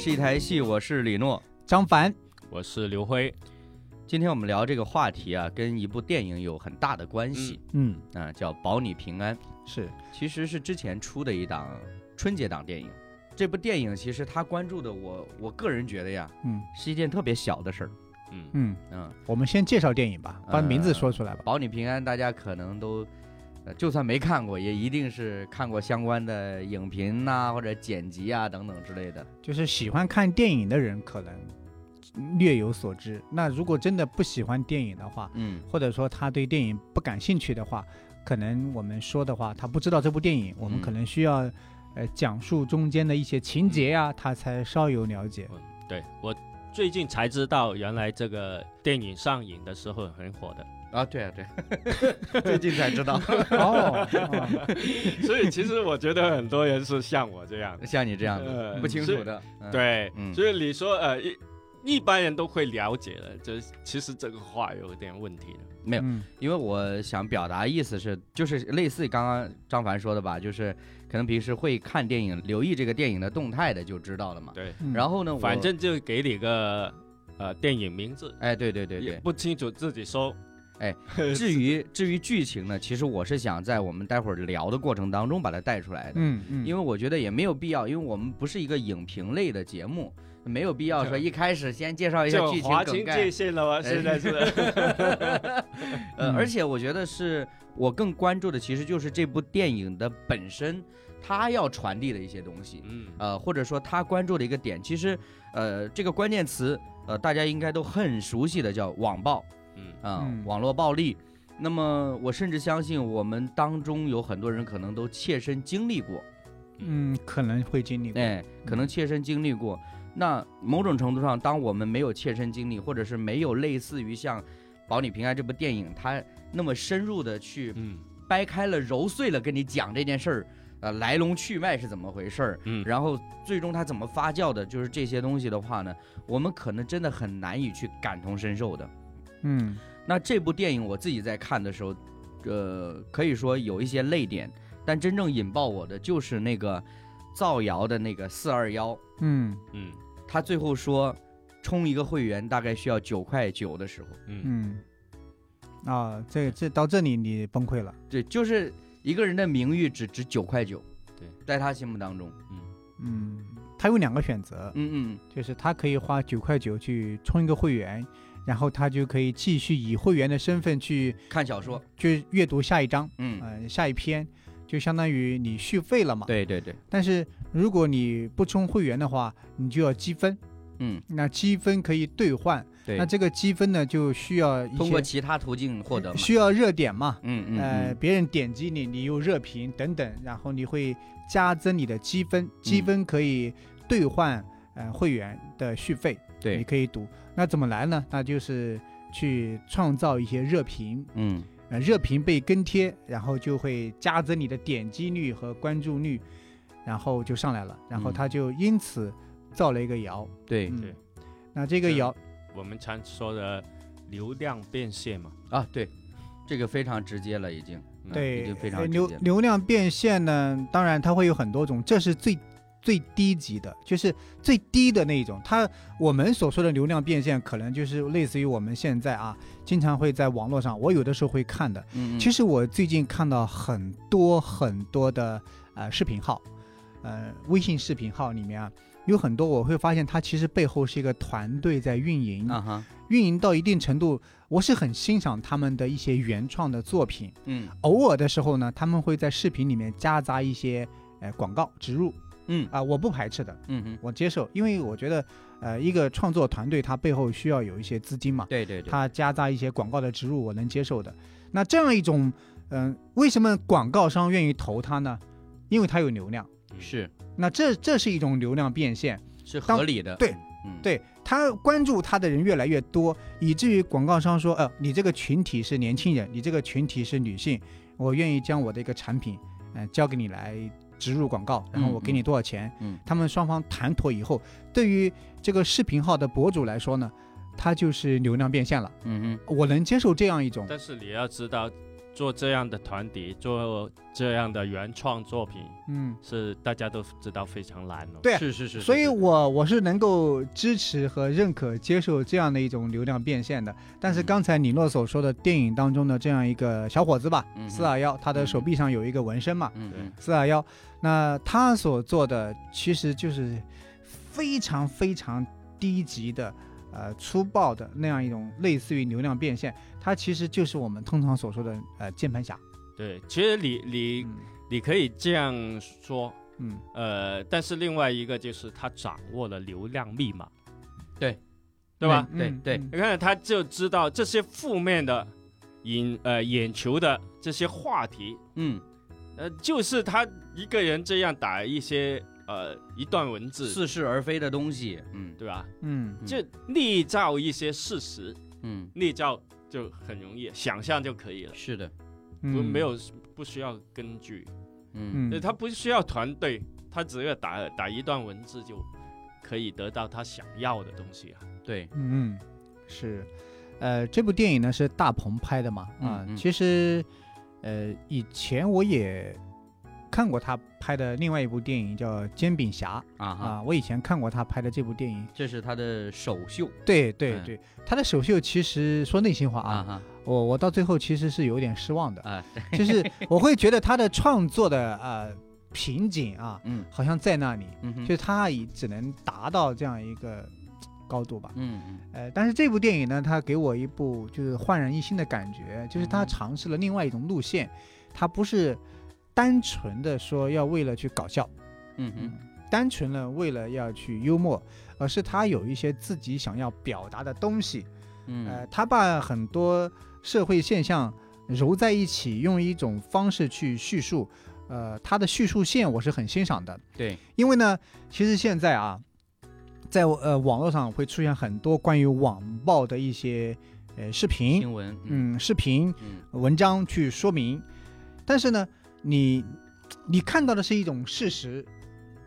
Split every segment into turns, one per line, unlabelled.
是一台戏，我是李诺。
张凡，
我是刘辉，
今天我们聊这个话题啊，跟一部电影有很大的关系
嗯，
啊、叫《保你平安》，
是
其实是之前出的一档春节档电影。这部电影其实他关注的我，我个人觉得呀，
嗯
是一件特别小的事儿。
嗯，
嗯，
嗯，呃
我们先介绍电影吧，把名字说出来吧。
保你平安，大家可能都，呃就算没看过，也一定是看过相关的影评呐、或者剪辑啊等等之类的。
就是喜欢看电影的人可能略有所知，那如果真的不喜欢电影的话，
嗯，
或者说他对电影不感兴趣的话，可能我们说的话，他不知道这部电影，我们
嗯
可能需要。呃，讲述中间的一些情节
嗯
啊，他才稍有 了解。
对我最近才知道，原来这个电影上映的时候很火的，
啊，对啊，对， 最近才知道，
哦，
所以其实我觉得很多人是像我这样的，
像你这样的、
呃
不清楚的，嗯、
对，
嗯
所以你说呃一一般人都会了解的，这其实这个话有点问题的，
没有
嗯
因为我想表达意思是，就是类似于刚刚张凡说的吧，就是可能平时会看电影，留意这个电影的动态的就知道了嘛。
对，
嗯，
然后呢，我
反正就给你个呃电影名字，
哎，对对对
也
对。
不清楚自己搜，
至于至于剧情呢，其实我是想在我们待会儿聊的过程当中把它带出来的，
嗯嗯，
因为我觉得也没有必要，因为我们不是一个影评类的节目，没有必要说
对
一开始先介绍一下
就
剧情
划
梗
清
概
界。限了吗？
哎
现在是，
呃，
嗯
而且我觉得是我更关注的，其实就是这部电影的本身，它要传递的一些东西。
嗯，
呃，或者说他关注的一个点，其实，呃，这个关键词，呃，大家应该都很熟悉的叫网暴
嗯
啊、
嗯
网络暴力。那么，我甚至相信我们当中有很多人可能都切身经历过，
嗯，可能会经历过。
哎，可能切身经历过。那某种程度上，当我们没有切身经历，或者是没有类似于像《保你平安》这部电影，它那么深入的去
嗯
掰开了、揉碎了跟你讲这件事儿，呃，来龙去脉是怎么回事儿，
嗯
然后最终它怎么发酵的，就是这些东西的话呢，我们可能真的很难以去感同身受的。
嗯
那这部电影我自己在看的时候，呃，可以说有一些泪点，但真正引爆我的就是那个造谣的那个四二幺，
嗯
嗯
他最后说充一个会员大概需要九块九的时候，
嗯
嗯，啊，这这到这里你崩溃了。
对，就是一个人的名誉只值九块九，
对，
在他心目当中，
嗯
嗯，他有两个选择，
嗯嗯，
就是他可以花九块九去充一个会员，然后他就可以继续以会员的身份去
看小说，
去阅读下一章，
嗯，
呃，下一篇，就相当于你续费了嘛。。
对对对，
但是如果你不充会员的话，你就要积分，
嗯
那积分可以兑换，
对，
那这个积分呢就需要一
通过
些
其他途径获得嘛，
需要热点嘛，
嗯嗯
呃，
嗯，
别人点击你，你又热评等等，然后你会加增你的积
嗯
分，积分可以兑换呃会员的续费，你
嗯对，
可以读。那怎么来呢？那就是去创造一些热评，
嗯
呃，热评被跟贴，然后就会加增你的点击率和关注率，然后就上来了，然
嗯
后他就因此造了一个谣。
对啊
嗯
对，
那这个
是
谣，
我们常说的流量变现嘛，
啊对，这个非常直接了已经，嗯已
对
经非
呃
常直
流
接了，
流量变现呢，当然它会有很多种，这是最最低级的，就是最低的那一种。它我们所说的流量变现，可能就是类似于我们现在啊，经常会在网络上，我有的时候会看的。
嗯
其
实
实我最近看到很多很多的呃视频号，呃微信视频号里面啊，有很多我会发现它其实背后是一个团队在运营，
啊哈，
运营到一定程度，我是很欣赏他们的一些原创的作品。
嗯
偶尔的时候呢，他们会在视频里面夹杂一些呃广告植入
嗯
啊、我不排斥的，
嗯嗯，
我接受，因为我觉得呃一个创作团队它背后需要有一些资金嘛，
对对对，
它夹杂一些广告的植入，我能接受的。那这样一种，嗯、为什么广告商愿意投它呢？因为它有流量。
嗯
是
那这这是一种流量变现，
是
当
合理的，
对
嗯
对他关注他的人越来越多，以至于广告商说，呃，你这个群体是年轻人，你这个群体是女性，我愿意将我的一个产品，嗯、交给你来植入广告，然后我给你多少钱？
嗯
他们双方谈妥以后，对于这个视频号的博主来说呢，他就是流量变现了，
嗯嗯
我能接受这样一种，
但是你要知道，做这样的团体，做这样的原创作品，
嗯，
是大家都知道非常难哦。
对啊
是是是，
所以
是
我我是能够支持和认可、接受这样的一种流量变现的。但
嗯
是刚才李诺所说的电影当中的这样一个小伙子吧
嗯，哼
四二幺，他的手臂上有一个纹身嘛，
嗯嗯
四二幺，那他所做的其实就是非常非常低级的。呃，粗暴的那样一种类似于流量变现，它其实就是我们通常所说的呃键盘侠。
对，其实你你
嗯
你可以这样说，
嗯，
呃，但是另外一个就是他掌握了流量密码，
对，
对吧？
对
嗯
对
嗯
你看他就知道这些负面的引呃眼球的这些话题，
嗯，
呃，就是他一个人这样打一些呃一段文字，
似是而非的东西，嗯
对吧？
嗯
嗯
就逆照一些事实，
嗯，
逆照就很容易，想象就可以了，
是的，
嗯，
不没有不需要根据，
嗯
嗯，
对他不需要团队，他只要打打一段文字就可以得到他想要的东西啊。
对，
嗯，嗯，是，呃，这部电影呢是大鹏拍的嘛，啊、
嗯嗯
其实，呃，以前我也看过他拍的另外一部电影叫《煎饼侠》
啊
啊、
哈，
我以前看过他拍的这部电影，
这是他的首秀
对对
嗯
对，他的首秀其实说内心话啊，
啊哈，
我我到最后其实是有点失望的，
啊，
就是我会觉得他的创作的呃瓶颈啊，
嗯
好像在那里，
嗯哼
就是他已只能达到这样一个高度吧。
嗯嗯
呃，但是这部电影呢，它给我一部就是焕然一新的感觉，就是它
嗯
尝试了另外一种路线，它不是单纯的说要为了去搞笑，
嗯哼，
单纯的为了要去幽默，而是它有一些自己想要表达的东西，呃，
嗯
它把很多社会现象揉在一起，用一种方式去叙述，呃，它的叙述线我是很欣赏的，
对，
因为呢，其实现在啊，在呃网络上会出现很多关于网暴的一些呃视频，
新闻，
嗯，视频
嗯
文章去说明，但是呢，你你看到的是一种事实。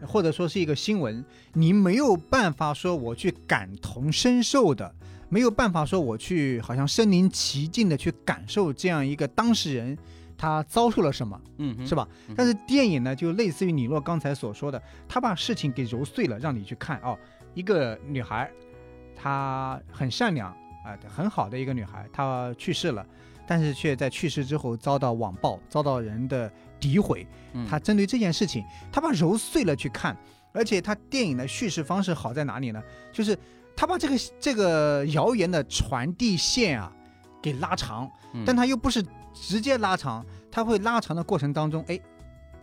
或者说是一个新闻，你没有办法说我去感同身受的，没有办法说我去好像身临其境的去感受这样一个当事人他遭受了什么，
嗯哼，
是吧？
嗯哼？
但是电影呢，就类似于李洛刚才所说的，他把事情给揉碎了，让你去看哦，一个女孩，她很善良啊、很好的一个女孩，她去世了，但是却在去世之后遭到网暴，遭到人的诋毁。
嗯
他针对这件事情，他把揉碎了去看，而且他电影的叙事方式好在哪里呢？就是他把这个这个谣言的传递线啊给拉长，
嗯
但他又不是直接拉长，他会拉长的过程当中，哎，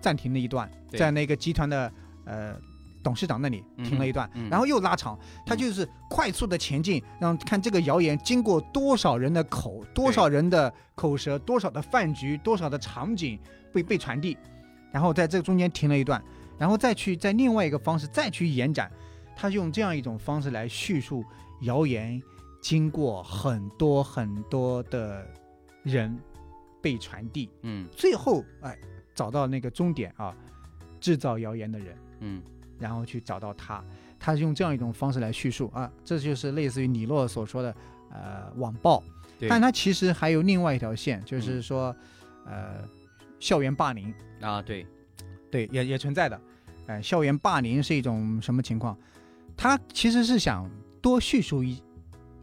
暂停了一段，
对
在那个集团的呃董事长那里
嗯哼
停了一段，
嗯
然后又拉长，他就是快速的前进，让看这个谣言经过多少人的口，多少人的口舌，多少的饭局，多少的场景被被传递，然后在这中间停了一段，然后再去在另外一个方式再去延展，他用这样一种方式来叙述谣言经过很多很多的人被传递，
嗯
最后哎找到那个终点啊，制造谣言的人。
嗯
然后去找到他。他是用这样一种方式来叙述啊，这就是类似于李洛所说的呃网暴
对，
但他其实还有另外一条线，就是说、呃校园霸凌，
啊对，
对，也也存在的。呃，校园霸凌是一种什么情况？他其实是想多叙述一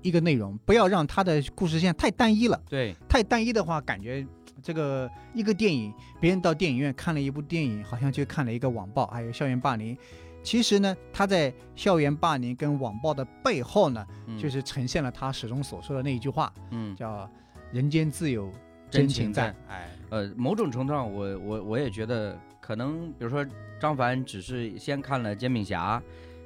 一个内容，不要让他的故事线太单一了。
对，
太单一的话，感觉这个一个电影，别人到电影院看了一部电影，好像就看了一个网暴，还有校园霸凌。其实呢，他在校园霸凌跟网暴的背后呢，
嗯
就是呈现了他始终所说的那一句话，
嗯
叫“人间自有
真
情
情在。”。
哎，
呃，某种程度上我，我我也觉得，可能比如说张凡只是先看了《煎饼侠》，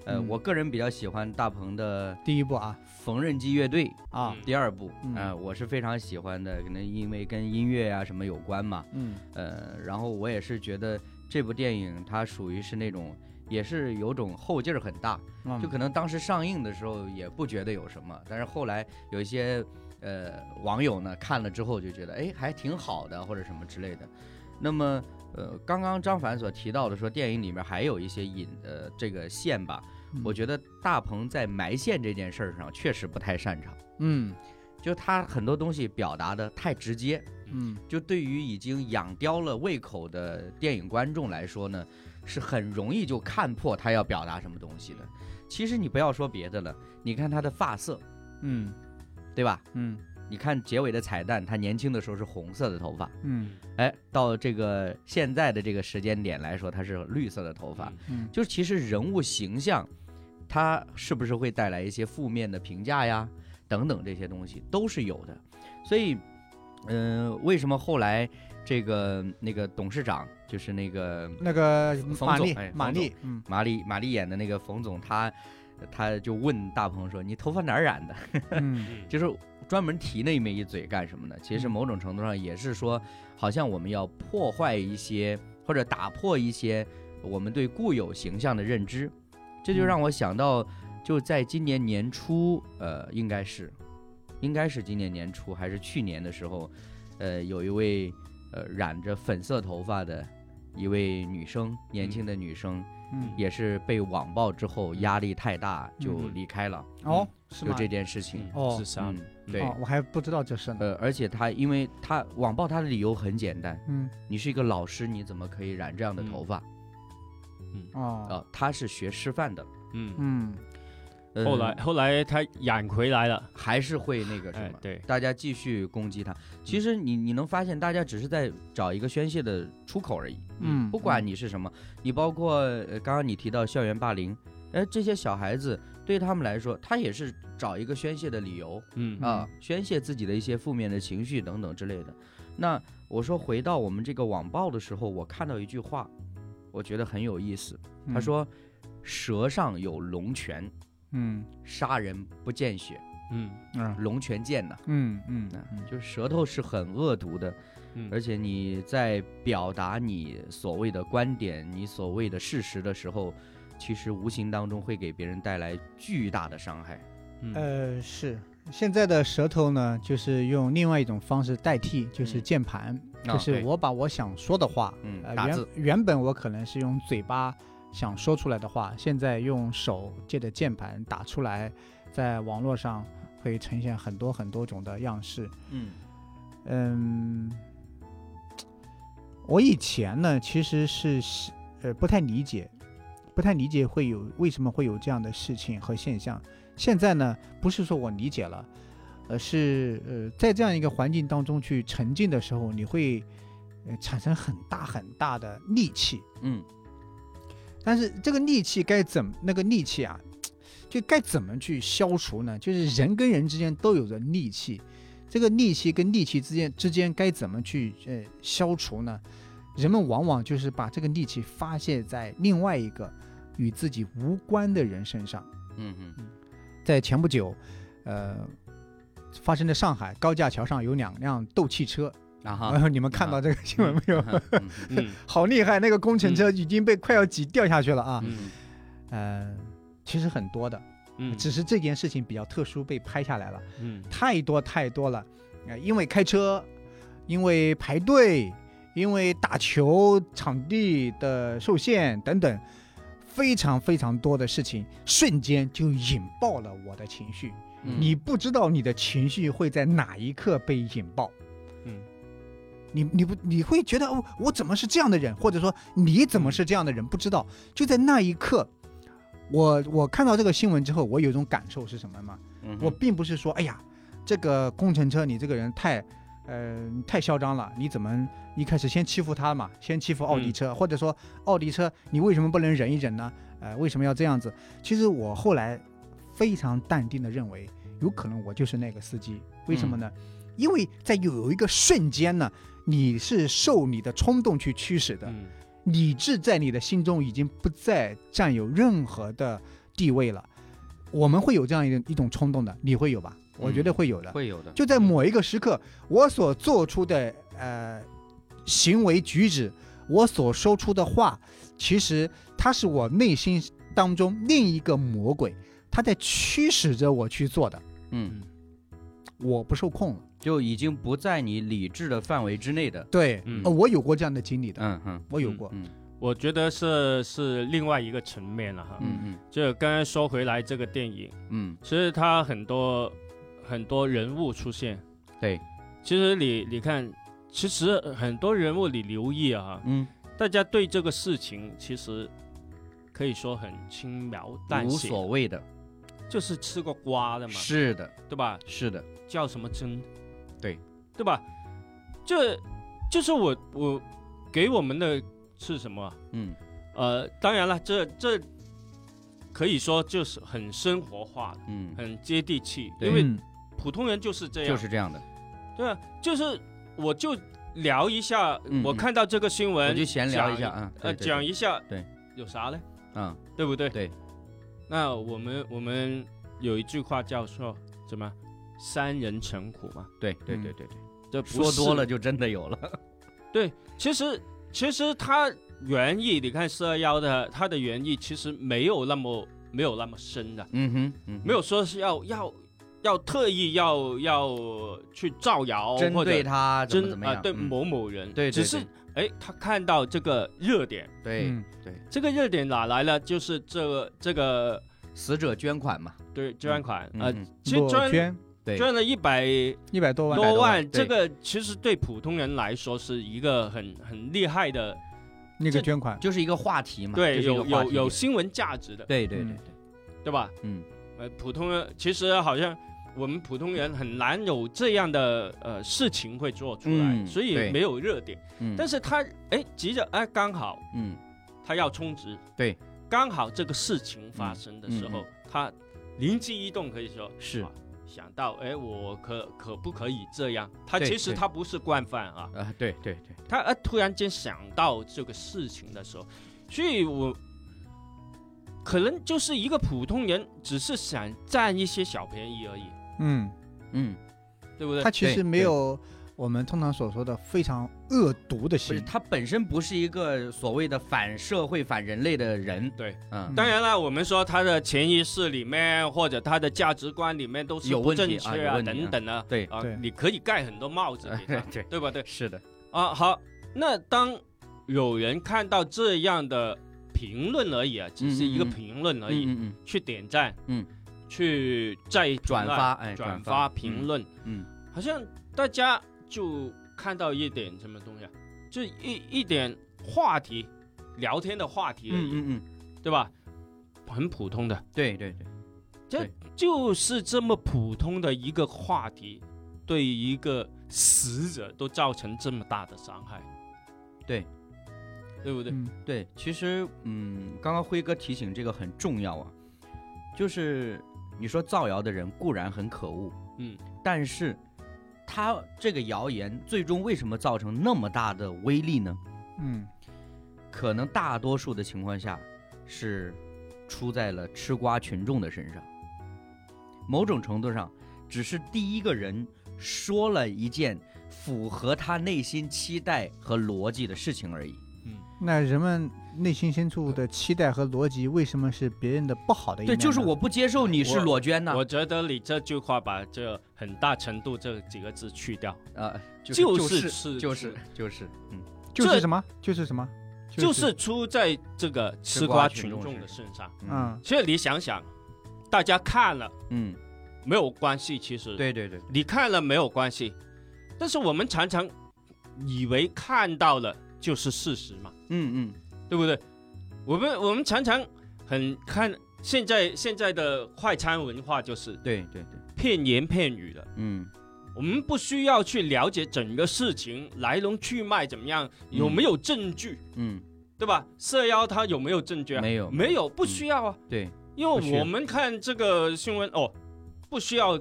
呃，
嗯
我个人比较喜欢大鹏的
第一步啊
《缝纫机乐队》
啊，
第二部，
嗯
呃，我是非常喜欢的，可能因为跟音乐啊什么有关嘛，
嗯
呃，然后我也是觉得这部电影它属于是那种。也是有种后劲儿很大，
嗯，
就可能当时上映的时候也不觉得有什么，但是后来有一些呃网友呢看了之后就觉得哎还挺好的或者什么之类的。那么呃刚刚张凡所提到的说电影里面还有一些引呃这个线吧，
嗯
我觉得大鹏在埋线这件事儿上确实不太擅长，
嗯
就他很多东西表达的太直接，
嗯
就对于已经养刁了胃口的电影观众来说呢，是很容易就看破他要表达什么东西的。其实你不要说别的了，你看他的发色，
嗯
对吧？
嗯
你看结尾的彩蛋，他年轻的时候是红色的头发，
嗯
哎，到这个现在的这个时间点来说，他是绿色的头发。
嗯
就其实人物形象，它是不是会带来一些负面的评价呀，等等这些东西都是有的。所以，嗯、为什么后来这个那个董事长就是那个
那个
冯
玛
总
丽
哎，冯
玛丽，嗯，
玛丽玛丽演的那个冯总，他他就问大鹏说：“你头发哪儿染的？”
嗯
嗯，
就是专门提那么一嘴干什么呢？其实
嗯
某种程度上也是说，好像我们要破坏一些或者打破一些我们对固有形象的认知，这就
嗯
让我想到，就在今年年初，呃，应该是，应该是今年年初还是去年的时候，呃，有一位呃染着粉色头发的一位女生，年轻的女生，
嗯，
也是被网暴之后压力太大就
嗯
离开了，
哦，是
就
吗？
这件事情。
哦
自杀
嗯
的，
对
哦，我还不知道这事呢。
呃，而且他因为他网暴他的理由很简单，
嗯
你是一个老师，你怎么可以染这样的头发啊、
哦，
他是学师范的，
嗯，
嗯
呃
后来后来他染回来了，
还是会那 个什
哎
么，，
对，
大家继续攻击他。其实你你能发现，大家只是在找一个宣泄的出口而已，
嗯，
不管你是什么，你包括呃刚刚你提到校园霸凌，哎、这些小孩子对他们来说，他也是找一个宣泄的理由，
嗯
啊，宣泄自己的一些负面的情绪等等之类的。那我说回到我们这个网暴的时候，我看到一句话，我觉得很有意思。
嗯
他，说：“舌上有龙泉，
嗯
杀人不见血，
嗯
嗯
龙泉剑呐、
嗯嗯
啊
嗯，
就是舌头是很恶毒的，
嗯，
而且你在表达你所谓的观点、你所谓的事实的时候，其实无形当中会给别人带来巨大的伤害。
嗯
呃，是现在的舌头呢，就是用另外一种方式代替，就是
嗯
键盘，
啊
就是
对
我把我想说的话，
嗯
呃，
打
原
字
原本我可能是用嘴巴想说出来的话，现在用手借着键盘打出来，在网络上会呈现很多很多种的样式。
嗯
嗯，我以前呢，其实是是呃不太理解，不太理解会有为什么会有这样的事情和现象。现在呢，不是说我理解了，而是呃在这样一个环境当中去沉浸的时候，你会呃产生很大很大的戾气。
嗯
但是这个戾气该怎么那个戾气啊，就该怎么去消除呢？就是人跟人之间都有着戾气，这个戾气跟戾气之间之间该怎么去呃消除呢？人们往往就是把这个戾气发泄在另外一个与自己无关的人身上。
嗯嗯
在前不久，呃，发生在上海高架桥上有两辆斗气车，
啊
然
哈，
后 你们看到这个新闻没有？
嗯 嗯
嗯
好厉害，那个工程车已经被快要挤掉下去了啊！
嗯
呃，其实很多的，
嗯
只是 这件事情比较特殊，被拍下来了，
嗯
太多太多了。呃，因为开车，因为排队，因为打球场地的受限等等，非常非常多的事情，瞬间就引爆了我的情绪。
嗯
你不知道你的情绪会在哪一刻被引爆。
嗯
你你不你会觉得哦我怎么是这样的人，或者说你怎么是这样的人？不知道，就在那一刻，我我看到这个新闻之后，我有一种感受是什么吗？
嗯哼
我并不是说，哎呀，这个工程车你这个人太，呃，太嚣张了，你怎么一开始先欺负他嘛，先欺负奥迪车，
嗯
或者说奥迪车你为什么不能忍一忍呢？呃，为什么要这样子？其实我后来非常淡定的认为，有可能我就是那个司机，为什么呢？
嗯
因为在有一个瞬间呢，你是受你的冲动去驱使的，
嗯
理智在你的心中已经不再占有任何的地位了。我们会有这样一一种冲动的，你会有吧？我觉得会有的。
会有的，
就在某一个时刻，我所做出的呃行为举止，我所说出的话，其实它是我内心当中另一个魔鬼，它在驱使着我去做的，
嗯。
我不受控了。
就已经不在你理智的范围之内的。
对，
嗯
呃，我有过这样的经历的，
嗯哼，
我有过。
嗯
我觉得是是另外一个层面了哈。
嗯
就刚才说回来这个电影，
嗯嗯，
其实它很多很多人物出现，
对，
其实你你看其实很多人物你留意啊，
嗯，
大家对这个事情其实可以说很轻描淡
无
写，
所谓的，
就是吃过瓜的嘛，
是的，
对吧？
是的，
叫什么真，
对
对吧？这就是我我给我们的是什么啊？
嗯
呃，当然了，这这可以说就是很生活化的，
嗯，
很接地气，
对
因为
嗯
普通人就是这样，
就是这样的，
对啊，就是我就聊一下，
嗯
我
嗯
看到这个新闻，
我就闲聊一下
讲
啊，
呃，讲
一，
一下，
对，
有啥呢？
嗯，
对不对？
对，
那我们我们有一句话叫做什么？三人成虎嘛，
对对
嗯
对对对，
这不
说多
是
了。就真的有了，
其实其实它原意，你看四二幺的它的原意其实没有那么没有那么深的，
嗯哼，嗯哼
没有说是要要要特意要要去造谣
针
或
对
者
他怎么
针
怎么
啊、
样，
对
嗯
某某人，
对对
只是哎他看到这个热点，
对
嗯
对，
这个热点哪来了？就是这个这个
死者捐款嘛，
对捐款啊、
嗯
呃
嗯，
其实
裸
捐
捐
对，
捐了一百
一百多
100
万，
多
多万
万，这
对
个其实对普通人来说是一个很很厉害的，
那
这
个捐款，
就是一个话题嘛，
对，
就是一个
有
话
有
题
有，新闻价值的，
对对对
嗯
对，
对吧？
嗯，
呃，普通人其实好像我们普通人很难有这样的呃事情会做出来，
嗯
所以
对
没有热点。
嗯
但是他哎急着哎刚好
嗯
他要充值，
对，
刚好这个事情发生的时候，
嗯嗯
他灵机一动可以说
是
啊想到哎我可可不可以这样？他
对
其实
对
他不是惯犯啊，
啊，对对对，
他呃突然间想到这个事情的时候，所以我可能就是一个普通人，只是想占一些小便宜而已，
嗯，
嗯，
对不对
他？其
对
实没
对
有我们通常所说的非常恶毒的
不是
心，
他本身不是一个所谓的反社会、反人类的人，
对，
嗯，
当然了，我们说他的潜意识里面或者他的价值观里面都是
有
不
问
正
题啊
确
有问题啊
等等啊
对，，
啊
对，
你可以盖很多帽子给他
对，
对吧？对
是的，
啊，好，那当有人看到这样的评论而已啊，只是一个
嗯嗯嗯
评论而已，
嗯嗯
去点赞，
嗯，
去再评论
转发哎
转
转
发
发
评论，
嗯
好像大家就看到一点什么东西啊，就一一点话题，聊天的话题而
嗯
已，
嗯嗯，
对吧？很普通的，
对对对，
就是这么普通的一个话题，对一个死者都造成这么大的伤害，
对，
对不对？
嗯，
对，其实嗯，刚刚辉哥提醒这个很重要啊，就是你说造谣的人固然很可恶，
嗯，
但是他这个谣言最终为什么造成那么大的威力呢？
嗯，
可能大多数的情况下是出在了吃瓜群众的身上，某种程度上，只是第一个人说了一件符合他内心期待和逻辑的事情而已。
那人们内心深处的期待和逻辑，为什么是别人的不好的一
对，
面？
就是我，不接受你是
我
裸捐呐、
我觉得你这句话把这很大程度这几个字去掉，
啊，
是
是
吃
就是就是，嗯，
就
这
是什么，就是什么，
就是出在这个吃
吃
瓜
瓜
群
群
众
众
的
的
身上。
嗯，
所以你想想，大家看了
嗯，
没有关系，其实
对对对，
你看了没有关系，但是我们常常以为看到了就是事实嘛，
嗯
对不对？我们我们常常很看现在现在的快餐文化就是
嗯，对对对，
骗言骗语的，
嗯，
我们不需要去了解整个事情来龙去脉怎么样，有没有证据，
嗯，
对吧？四幺他有没有证据啊？
没有嗯
没有，不需要啊，
对，
因
不需
为
要
我们看这个新闻哦，不需要，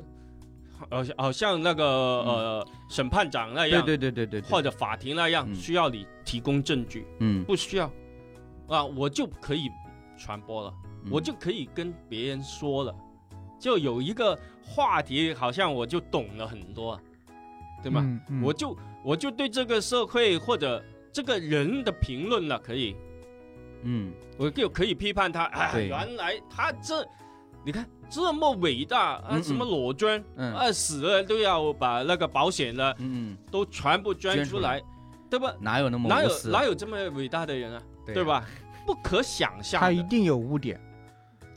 好像好像那个、呃审判长那
对
样，
嗯对对对对，对
或者法庭那样，
嗯
需要你提供证据，
嗯，
不需要啊，我就可以传播了，
嗯
我就可以跟别人说了，就有一个话题，好像我就懂了很多啊，对吗？
嗯嗯
我就我就对这个社会或者这个人的评论了，可以，
嗯，
我就可以批判他。哎，
对
原来他这，你看这么伟大啊，
嗯嗯
什么裸捐，
嗯
啊死了都要把那个保险呢
嗯嗯，
都全部捐
捐
出
出来
来，对吧？
哪有那么
哪
无
有
私啊
哪有这么伟大的人啊，对？吧？不可想象
他一
的，
定有污点，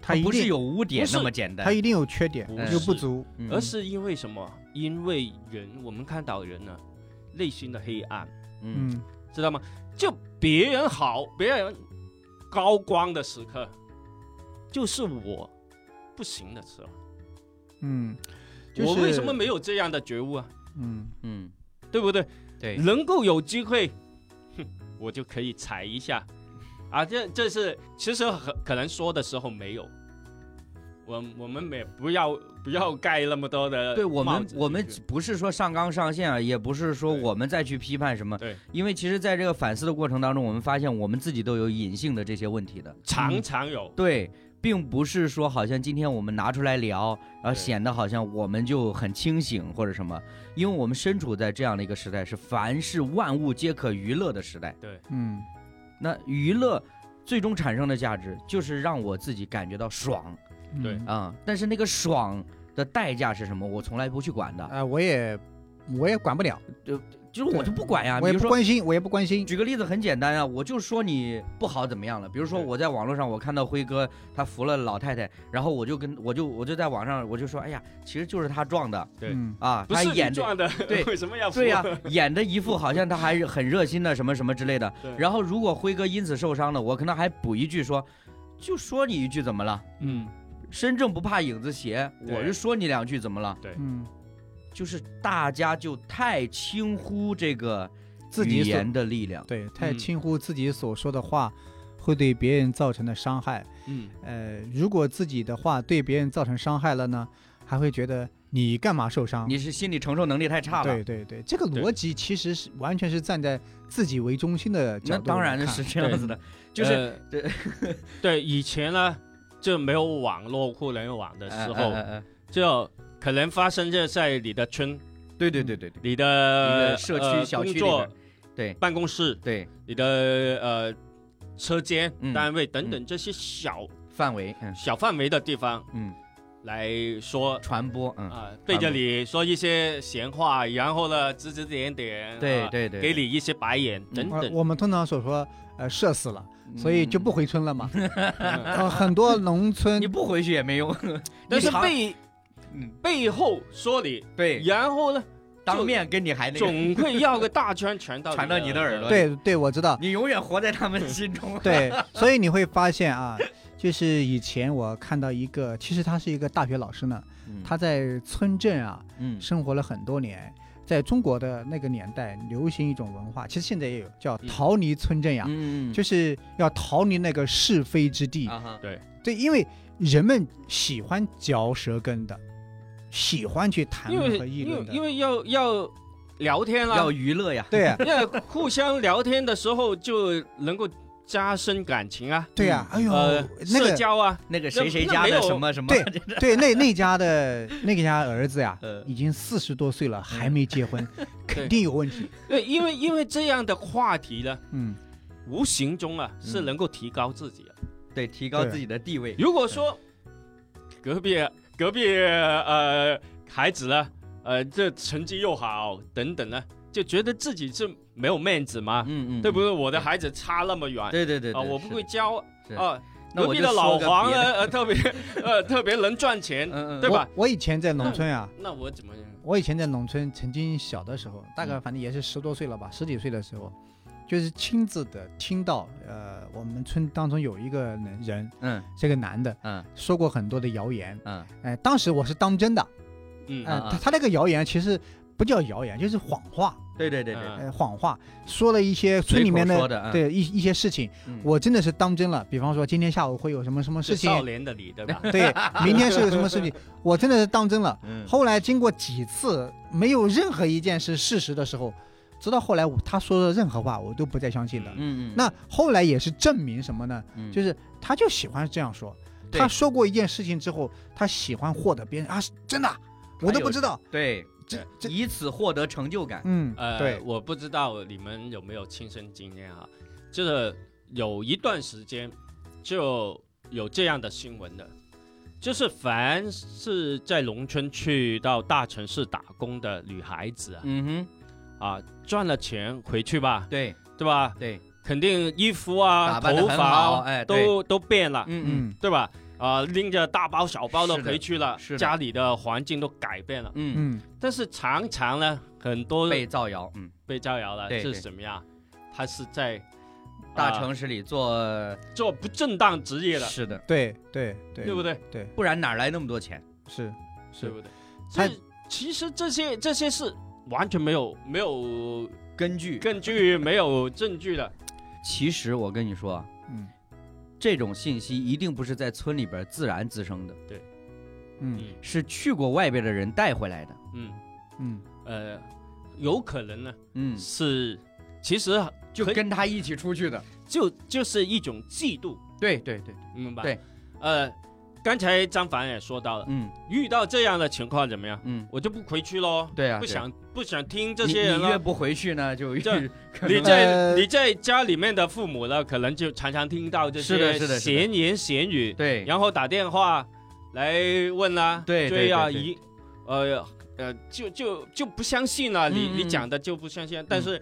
他
他
一
哦不是
定
有污点
不是
那么简单
他，一定有缺点
不，
嗯有不
是
足，
嗯
而是因为什么？因为人，我们看到人呢、内心的黑暗，
嗯
嗯
知道吗？就别人好，别人高光的时刻，就是我不行的时候。
嗯，就是
我为什么没有这样的觉悟啊？
嗯
嗯，
对不对？
对，
能够有机会，哼，我就可以踩一下，啊，这这是其实很可能说的时候没有，我我们也不要不要盖那么多的
对我
帽
们
子，
我们
进去
不是说上纲上线啊，也不是说
对
我们再去批判什么，
对，
因为其实在这个反思的过程当中，我们发现我们自己都有隐性的这些问题的，嗯
常常有，
对，并不是说好像今天我们拿出来聊，然后
对
显得好像我们就很清醒或者什么，因为我们身处在这样的一个时代，是凡是万物皆可娱乐的时代，
嗯
那娱乐最终产生的价值就是让我自己感觉到爽
嗯
对
啊、但是那个爽的代价是什么，我从来不去管的，
啊，我也我也管不了，
就是我
对
就不管呀，比
我也
如
不
啊说。
关心，我也不关心。
举个例子很简单啊，我就说你不好怎么样了。比如说
对
我在网络上我看到辉哥他扶了老太太，然后我就跟我就我就在网上我就说，哎呀，其实就是他撞的
对
嗯
啊，
不
他
是你
演的
撞的，
对
为什么要
对呀、
扶
演的一副好像他还是很热心的什么什么之类的。
对
然后如果辉哥因此受伤了，我可能还补一句说，就说你一句怎么了？
嗯，
身正不怕影子斜，
对
我就说你两句怎么了？
嗯，
就是大家就太轻忽这个
自
语
己所
言的力量。
对太
嗯
轻忽自己所说的话会对别人造成的伤害。
嗯，
呃，如果自己的话对别人造成伤害了呢，还会觉得你干嘛受伤？
你是心理承受能力太差了
啊对。对对，这个
对
逻辑其实是完全是站在自己为中心的角
那
度
当然
来看
是这样子的， 就是、
呃
对
对以前呢就没有网络互联网的呃时候，
哎哎哎
就可能发生就在你的村、
对对对对对
你
一
的
个社区
呃
小区里
工作
边、对
办公室、
对
你的呃车间、
嗯
单位等等这些小、
范围，嗯
小范围的地方
嗯，
来说
传播，嗯，
啊、背着你说一些闲话，然后呢指指点点，
对
啊
对对，
给你一些白眼等
呃
等。
我们通常所说，呃，社死了，
嗯，
所以就不回村了嘛。呃很多农
嗯
村
你不回去也没 用，
嗯 但是
你常
背
嗯
背后说你，
对，
然后呢
当面跟你还那个，
总会绕个大圈传到
传到你的耳朵里
对对，我知道，
你永远活在他们心中，啊
对，所以你会发现啊，就是以前我看到一个，其实他是一个大学老师呢，
嗯，
他在村镇啊
嗯
生活了很多年。在中国的那个年代，流行一种文化，其实现在也有，叫
嗯
逃离村镇呀，
嗯，
就是要逃离那个是非之地。
啊哈，
对，因为人们喜欢嚼舌根的，喜欢去谈
因
论
为
和议
因
论
为嗯
的。
因为要要聊天啦，
要 娱乐呀，
对呀、啊
因为互相聊天的时候就能够加深感情啊，
对呀、哎呦，
呃，
那
社
个
交 啊，
哦那个
那
谁谁
那
家
没
的
有
什么什么，
对对那那家的那个家儿子呀，
呃
已经四十多岁了，还没结 婚，肯定有问题。
对，因为因为这样的话题呢，
嗯，
无形中啊
嗯
是能够提高自己的。啊
对，提高
对
自己的地位，
如果说隔壁隔壁呃孩子呢，呃这成绩又好等等呢，就觉得自己是没有面子嘛，
嗯嗯，
对不
对？
对？我的孩子差那么远啊、
对对对，
我
是
不
的
会，教
是
啊。
那
隔
我
壁
就
的
说
老
个
黄
别的
呢，呃特别呃特别能赚钱，
嗯嗯，
对吧
我我以前在农村啊，
那我怎么样？
我以前在农村，曾经小的时候，大概
嗯
反正也是十多岁了吧，十几岁的时候，就是亲自的听到，呃，我们村当中有一个人人
嗯
是个男的，
嗯
说过很多的谣言。
嗯
哎，当时我是当真的，
嗯
呃
啊，
他他那个谣言其实不叫谣言，就是谎话，
对对对对，
嗯
呃，谎话说了一些村里面
随口说
的
的嗯
对一一些事情，
嗯
我真的是当真了。比方说今天下午会有什么什么
是
事
少
情，
年的你，对吧？
对，明天是有什么事情，我真的是当真了。
嗯
后来经过几次没有任何一件是事实的时候，直到后来我他说的任何话我都不再相信了。
嗯嗯，
那后来也是证明什么呢？
嗯
就是他就喜欢这样说。
对
他说过一件事情之后，他喜欢获得别人啊，是真的啊，我都不知道。
对，
这这，
以此获得成就感。
嗯，
呃，
对，
我不知道你们有没有亲身经验哈、就是有一段时间就有这样的新闻的，就是凡是在农村去到大城市打工的女孩子啊，
嗯
啊赚了钱回去吧
哼，，对
对吧？
对，
肯定衣服啊、
打扮得
头
很
发
好
啊
哎对
都都变了，
嗯嗯，
嗯
对吧？啊、拎着大包小包的
是的
回去了
是，的
家里的环境都改变了。
嗯，
嗯
但是常常呢，很多
被造谣，嗯，
被造谣了
对
是
对
什么呀？他是在
大
啊
呃
城市里做
做不正当职业的，
是的，
对对对，
对不对？
对
不然哪来那么多钱？
是
对
是
不对？
他
这其实这些这些是完全没有没有
根据
根据、没有证据的。
其实我跟你说啊，
嗯
这种信息一定不是在村里边自然滋生的，
嗯
嗯
是去过外边的人带回来的。
嗯，
嗯
呃，有可能呢
嗯，
是，其实
就
可以
跟他一起出去的。
就就是一种嫉妒，
对对对，
明白？
对，
呃，刚才张凡也说到了，
嗯
遇到这样的情况怎么样？
嗯，
我就不回去喽，
对啊，
不
对啊
想不想听这
你
些人
你越
了。
不回去呢，就越
这
可
你
能
在
呃
你在家里面的父母呢，可能就常常听到这
是的
些
是的是的
闲言闲语，
对
然后打电话来问啦、
对对
对呀、
对对
一呃呃，就就就不相信了，你
嗯嗯
你
嗯
讲的就不相信，啊但是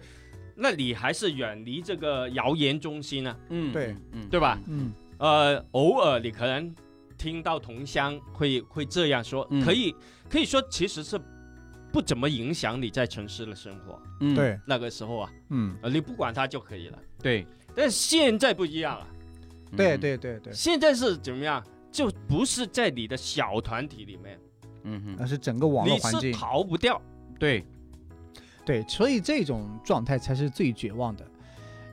那你还是远离这个谣言中心啊。
嗯
对
嗯
对吧？
嗯
呃，偶尔你可能听到同乡会会这样说，
嗯
可以可以说其实是不怎么影响你在城市的生活。
嗯
对
那个时候啊，
嗯
呃，你不管它就可以了。
对
但现在不一样了，
对，对对对，
现在是怎么样？就不是在你的小团体里面，
嗯
那
嗯
是整个网络
你
环
是
境
逃不掉。
对，
对，所以这种状态才是最绝望的，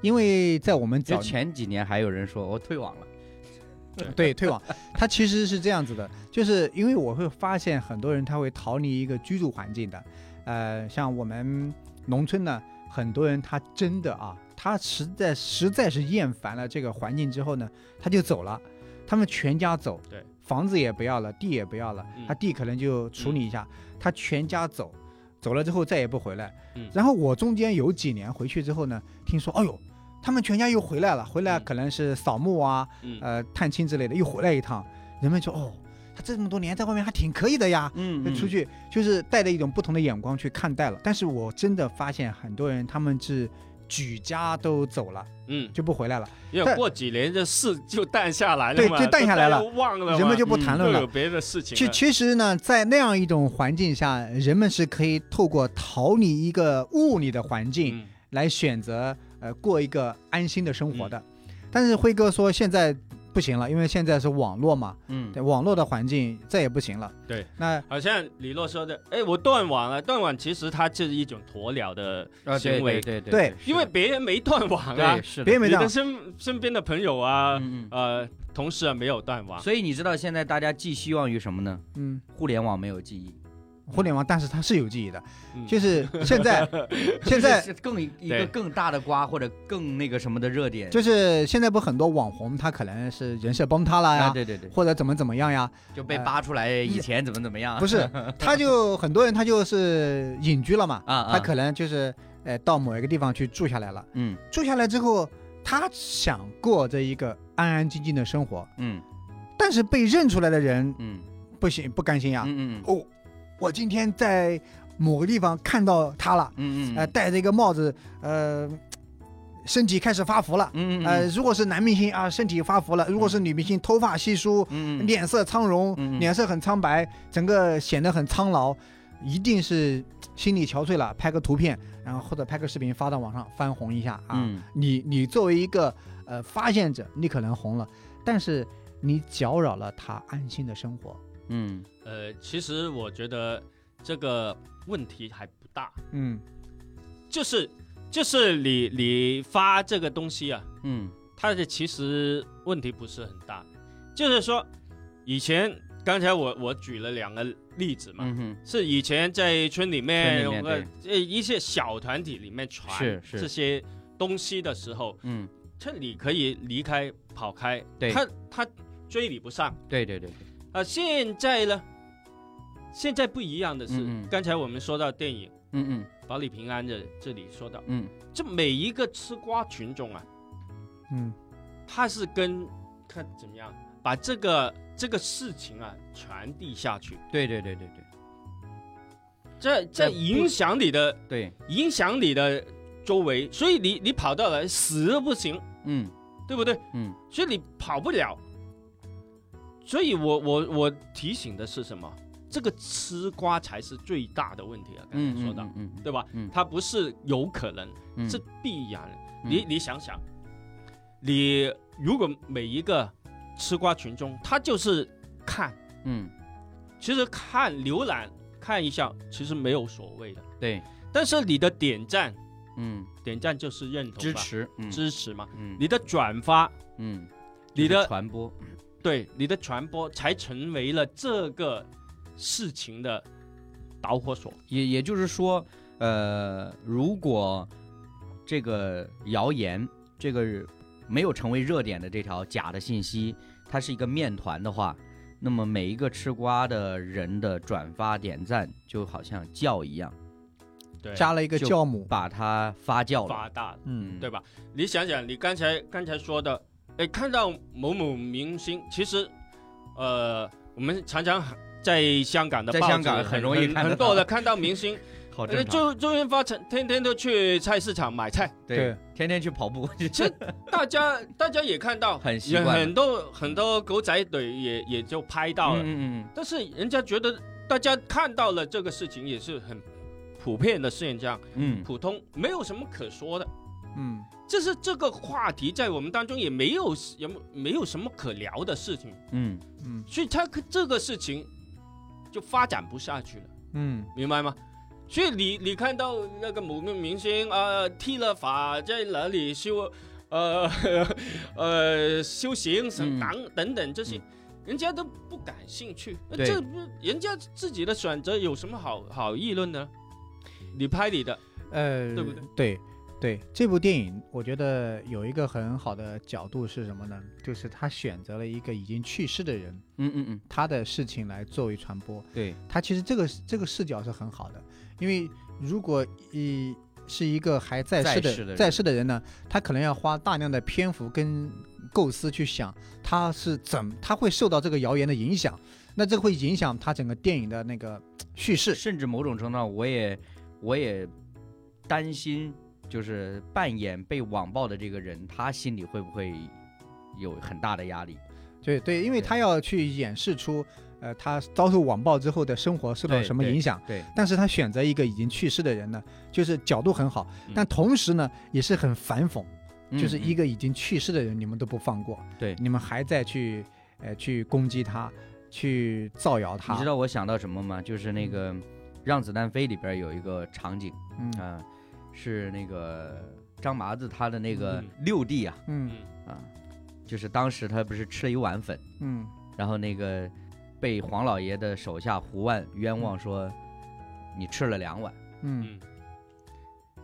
因为在我们
就
早
前几年还有人说我退网了，
对退网，它其实是这样子的，就是因为我会发现很多人他会逃离一个居住环境的，呃，像我们农村呢，很多人他真的啊，他实在实在是厌烦了这个环境之后呢，他就走了，他们全家走，
对，
房子也不要了，地也不要了，
嗯
他地可能就处理一下，他全家走，走了之后再也不回来。
嗯
然后我中间有几年回去之后呢，听说，哎呦。他们全家又回来了，回来
嗯
可能是扫墓啊，
嗯，
呃探亲之类的，又回来一趟，人们说哦，他这么多年在外面还挺可以的呀。
嗯
就出去就是带着一种不同的眼光去看待了。但是我真的发现很多人他们是举家都走了，
嗯，
就不回来了，
因为
但
过几年这事就淡下来了
对
嘛，
就淡下来了
大家都忘了嘛，
人们就不谈
又
论
有
了。
别的事情
其
了。
其实呢，在那样一种环境下，人们是可以透过逃离一个物理的环境，
嗯
来选择呃过一个安心的生活的。但是辉哥说现在不行了，因为现在是网络嘛，
嗯
对网络的环境再也不行了。
对，
那
好像李洛说的，哎，我断网了，断网其实它就是一种鸵鸟的
啊对
行为，
对对对
对
对，
因为别人没断网啊
对，是
别
的，
人没
你
这样
的身身边的朋友啊，
嗯
呃，同事啊没有断
嗯，
网，
所以你知道现在大家寄希望于什么呢？
嗯，
互联网没有记忆，
互联网，但是它是有记忆的，
嗯
就是现在，现在
是更一一
对
个更大的瓜或者更那个什么的热点，
就是现在不很多网红，他可能是人设崩塌了
啊
呀，
对对对，
或者怎么怎么样呀，
就被
呃
扒出来以前怎么怎么样，
不
是
是，他就很多人他就是隐居了嘛，
啊啊，
他可能就是呃到某一个地方去住下来了，
嗯
住下来之后，他想过这一个安安静静的生活，
嗯
但是被认出来的人
嗯
不行不甘心呀，
嗯嗯
哦，我今天在某个地方看到他了，
嗯嗯，
呃，戴着一个帽子，呃，身体开始发福了。
嗯嗯
呃，如果是男明星啊，身体发福了；如果是女明星，头发稀疏，
嗯嗯
脸色苍容，
嗯嗯
脸色很苍白，整个显得很苍老，一定是心力憔悴了。拍个图片，然后或者拍个视频发到网上翻红一下啊。
嗯
你你作为一个呃发现者，你可能红了，但是你搅扰了他安心的生活。
嗯
呃，其实我觉得这个问题还不大，
嗯
就是就是你你发这个东西啊，
嗯
它的其实问题不是很大，就是说以前刚才我我举了两个例子嘛，
嗯哼
是以前在村里面
村里面
有个呃一些小团体里面传
是是
这些东西的时候，
嗯，
趁你可以离开跑开，
对
他他追你不上
对对对，对
啊。现在呢，现在不一样的是，
嗯嗯
刚才我们说到电影
嗯
《保你平安》的这里说到，
嗯
这每一个吃瓜群众啊，
嗯
他是跟看怎么样把这个这个事情啊传递下去，
嗯，对对对对对
这这
在不
影响你的。
对，
影响你的周围，所以你你跑到了死都不行，
嗯
对不对？
嗯
所以你跑不了，所以我我我提醒的是什么？这个吃瓜才是最大的问题啊！刚才说到，
嗯
对吧？
嗯
它不是有可能，
嗯
是必然。
嗯
你你想想，你如果每一个吃瓜群众，他就是看，
嗯，
其实看浏览看一下，其实没有所谓的。
嗯对，
但是你的点赞，
嗯，
点赞就是认同
支
吧、
持，嗯
支持嘛，
嗯
你的转发，
嗯，
你
就是
的
传播，
对你的传播，才成为了这个事情的导火索。
也也就是说，呃，如果这个谣言，这个没有成为热点的这条假的信息，它是一个面团的话，那么每一个吃瓜的人的转发点赞，就好像酵一样，
对，
加了一个
就
酵母，
把它发酵了。
发大了。
嗯，
对吧？你想想，你刚才刚才说的，哎，看到某某明星，其实，呃，我们常常在香港的
在
报纸
香港很容易看得
很
到
多的看到 明星，
好
呃
正常。
周周润发成天天都去菜市场买 菜，
对，天天去跑步，
大家大家也看到，
很习
也
惯了
很多很多狗仔队也也就拍到了，
嗯嗯
但是人家觉得大家看到了这个事情也是很普遍的现象，
嗯，
普通没有什么可说的。
嗯，
就是这个话题在我们当中也没有也没有什么可聊的事情，
嗯
嗯
所以他可这个事情就发展不下去了，
嗯
明白吗？所以你你看到那个某个明星啊、呃剃了发在哪里修，呃 呃修行什
嗯
么等等等这些
嗯，
人家都不感兴趣，那
对
这不人家自己的选择有什么好好议论的？你拍你的，
呃，
对不对？
对对这部电影我觉得有一个很好的角度是什么呢？就是他选择了一个已经去世的人，
嗯嗯嗯，
他的事情来作为传播。
对，
他其实这个这个视角是很好的，因为如果一是一个还在世
在
的
世的人
在世的人呢，他可能要花大量的篇幅跟构思去想他是怎么他会受到这个谣言的影响，那这会影响他整个电影的那个叙事。
甚至某种程度上，我也我也担心，就是扮演被网暴的这个人，他心里会不会有很大的压力？
对对，因为
对
他要去演示出，呃，他遭受网暴之后的生活受到
对
什么影响。
对，
但是他选择一个已经去世的人呢，就是角度很好
嗯，
但同时呢也是很反讽，就是一
个
个已经去世的人，你们都不放过，
嗯对
你们还在去，呃，去攻击他，去造谣他。
你知，道我想到什么吗？就是那个《让子弹飞》里边有一个场景
嗯
啊、是那个张麻子他的那个
嗯
六弟啊
嗯
啊，就是当时他不是吃了一碗粉，
嗯
然后那个被黄老爷的手下胡万冤枉说，你吃了两碗。
嗯
嗯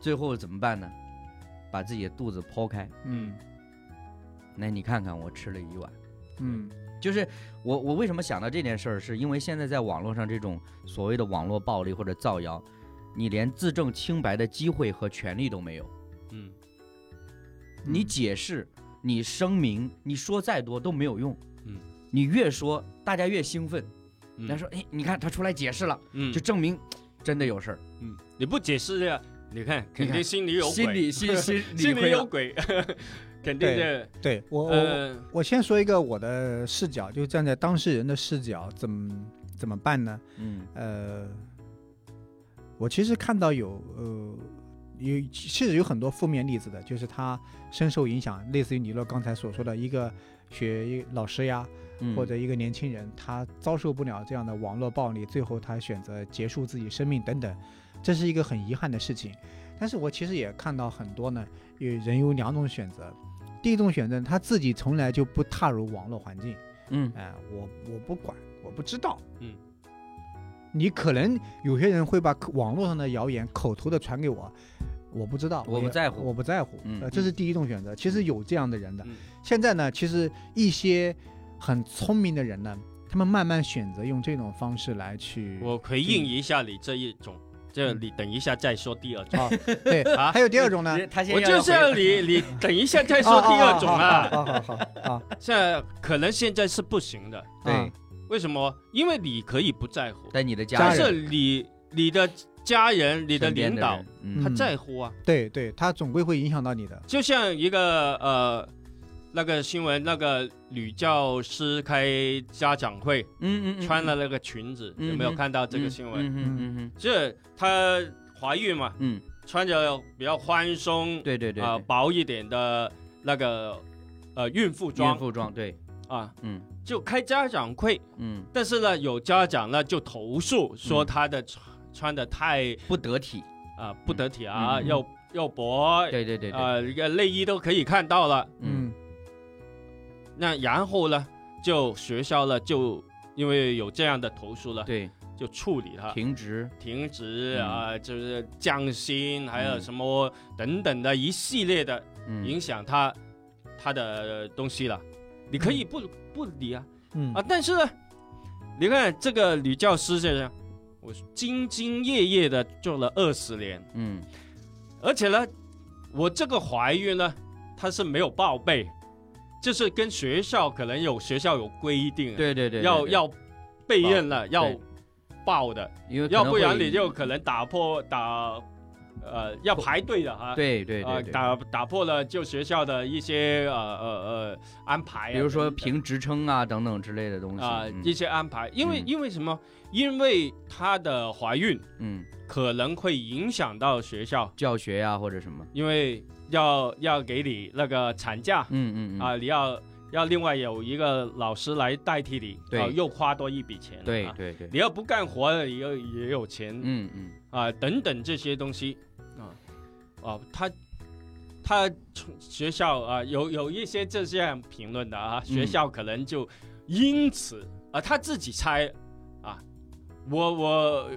最后怎么办呢？把自己的肚子剖开，
嗯
那你看看我吃了一碗，
嗯
就是我我为什么想到这件事儿，是因为现在在网络上这种所谓的网络暴力或者造谣，你连自证清白的机会和权利都没有，
嗯，
你解释、你声明、你说再多都没有用，
嗯，
你越说大家越兴奋，
嗯
他说哎，你看他出来解释了，
嗯
就证明真的有事儿，
嗯，你不解释呀，你看肯
看
定心里有鬼，
心里 心心
心
会
里有鬼， 肯定呃的。
对我我
呃，
我先说一个我的视角，就站在当事人的视角，怎么怎么办呢？
嗯
呃，我其实看到有呃有其实有很多负面例子的，就是他深受影响，类似于尼洛刚才所说的一个学老师呀，
嗯
或者一个年轻人，他遭受不了这样的网络暴力，最后他选择结束自己生命等等，这是一个很遗憾的事情。但是我其实也看到很多呢，有人有两种选择，第一种选择他自己从来就不踏入网络环境，
嗯
哎、我我不管，我不知道，
嗯。
你可能有些人会把网络上的谣言口头的传给我，我不知道，
我不
也
在乎
我不在乎，
嗯
呃，这是第一种选择。其实有这样的人的，
嗯
现在呢，其实一些很聪明的人呢，他们慢慢选择用这种方式来去，
我回应一下你这一种，这你等一下再说第二种。
啊，对，
啊
还有第二种呢，
他先
我就是要你，你等一下再说第二种
啊，
啊！
好好好 啊，
现在可能现在是不行的，
对
啊，
为什么？因为你可以不在乎，
但你的家
但
人
是你你的家人、你的
身边
领导
人，嗯
他
嗯
在乎啊。
对对，他总归会影响到你的，
就像一个呃那个新闻，那个女教师开家长会，
嗯嗯，嗯
穿了那个裙子，有没有
嗯哼
看到这个新闻？
嗯嗯嗯嗯
这她怀孕嘛，
嗯，
穿着比较宽松
嗯，对对对，
啊、
对
薄一点的那个呃孕妇装
孕妇装，对，
啊，
嗯
就开家长会，
嗯，
但是呢，有家长呢就投诉说
嗯
她的穿穿的太
不得体，
啊、呃不得体啊，
嗯嗯
又又薄，
对对对对，
呃，一个内衣都可以看到了。
嗯
嗯
那然后呢，就学校呢就因为有这样的投诉了，
对，
就处理它，
停职，
停职
嗯
啊、就是降薪，还有
嗯
什么等等的一系列的
嗯
影响他他的东西了。你可
嗯
以不不理啊
嗯
啊，但是呢，你看这个女教师这样，我兢兢业业的做了二十年，
嗯
而且呢，我这个怀孕呢，它是没有报备，就是跟学校可能有学校有规定，啊
对对对，对
要
对
要备孕了，要
对
报的，
因为可
要
能
不然
会
你就可能打破打，呃，要排队的哈。
对对
啊、
对对，
打打破了就学校的一些呃呃呃安排、啊，
比如说
等等
评职称啊等等之类的东西
啊、
嗯
一些安排，因为、
嗯
因为什么？因为她的怀孕
嗯，
可能会影响到学校，
教学呀或者什么，
因为要要给你那个产假啊、
嗯嗯嗯，
你要要另外有一个老师来代替你，
对
啊又花多一笔钱，
对
啊
对对，
你要不干活了，也有也有钱啊、
嗯嗯
等等这些东西啊啊，他他学校啊有有一些这样评论的啊，学校可能就因此啊他自己猜啊，我我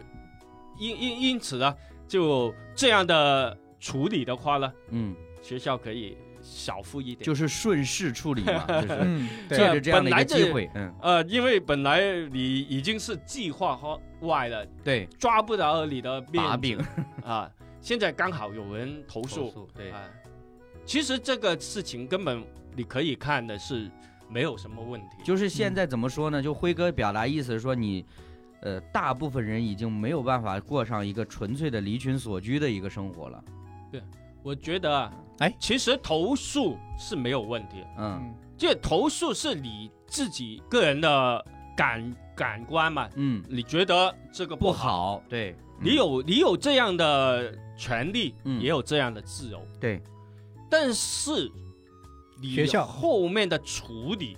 因因因此呢，就这样的处理的话呢，
嗯，
学校可以少付一点，
就是顺势处理嘛，就是
嗯，
借
对，
着这样的一
本来
个
这
机会，嗯，
呃，因为本来你已经是计划和外了，
对，
抓不着你的面
把柄
啊。现在刚好有人投诉，
对，
啊，其实这个事情根本你可以看的是没有什么问题，
就是现在怎么说呢？就辉哥表达意思是说你，呃，大部分人已经没有办法过上一个纯粹的离群索居的一个生活了。
我觉得啊，
哎
其实投诉是没有问题，
嗯
嗯
这投诉是你自己个人的感感官嘛，
嗯，
你觉得这个
不
好
好，对，嗯
你有你有这样的权利，
嗯
也有这样的自由，
对。
但是你
学校
后面的处理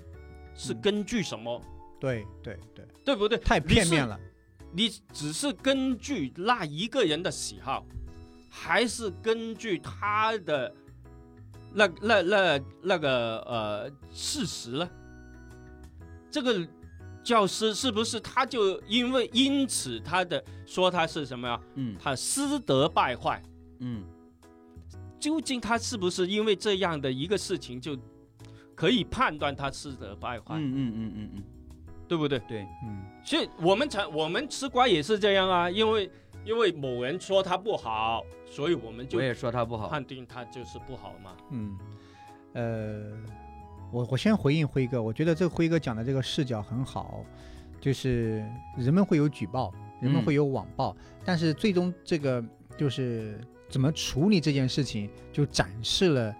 是根据什么？
对对对，
对不对？
太片面
了。
了。
你只是根据那一个人的喜好，还是根据他的那那那那个呃事实呢？这个教师是不是他就因为因此他的说他是什么呀？
嗯
他师德败坏，
嗯
究竟他是不是因为这样的一个事情就可以判断他师德败
嗯
坏，
嗯嗯嗯嗯，
对不对？
对，
嗯，
所以我们才我们吃瓜也是这样啊，因为因为某人说他不好，所以我们就
我也说他不好。
判定他就是不好嘛。
嗯，呃，我我先回应辉哥，我觉得这个辉哥讲的这个视角很好，就是人们会有举报，人们
嗯
会有网暴，但是最终这个就是怎么处理这件事情，就展示了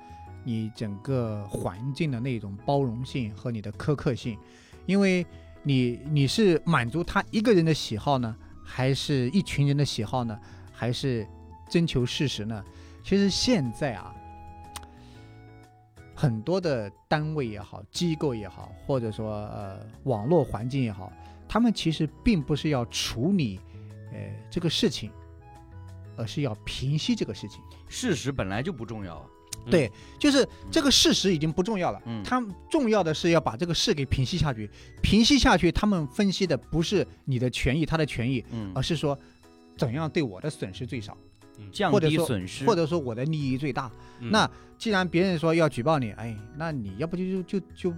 你整个环境的那种包容性和你的苛刻性，因为你你是满足他一个人的喜好呢，还是一群人的喜好呢，还是征求事实呢？其实现在啊，很多的单位也好，机构也好，或者说呃网络环境也好，他们其实并不是要处理呃这个事情，而是要平息这个事情。
事实本来就不重要啊。
嗯
对，就是这个事实已经不重要了，
嗯
他们重要的是要把这个事给平息下去。平息下去，他们分析的不是你的权益，他的权益，
嗯
而，是说怎样对我的损失最少，
降
或者
低
说
损失，
或者说我的利益最大。
嗯
那既然别人说要举报你，哎，那你要不就就就就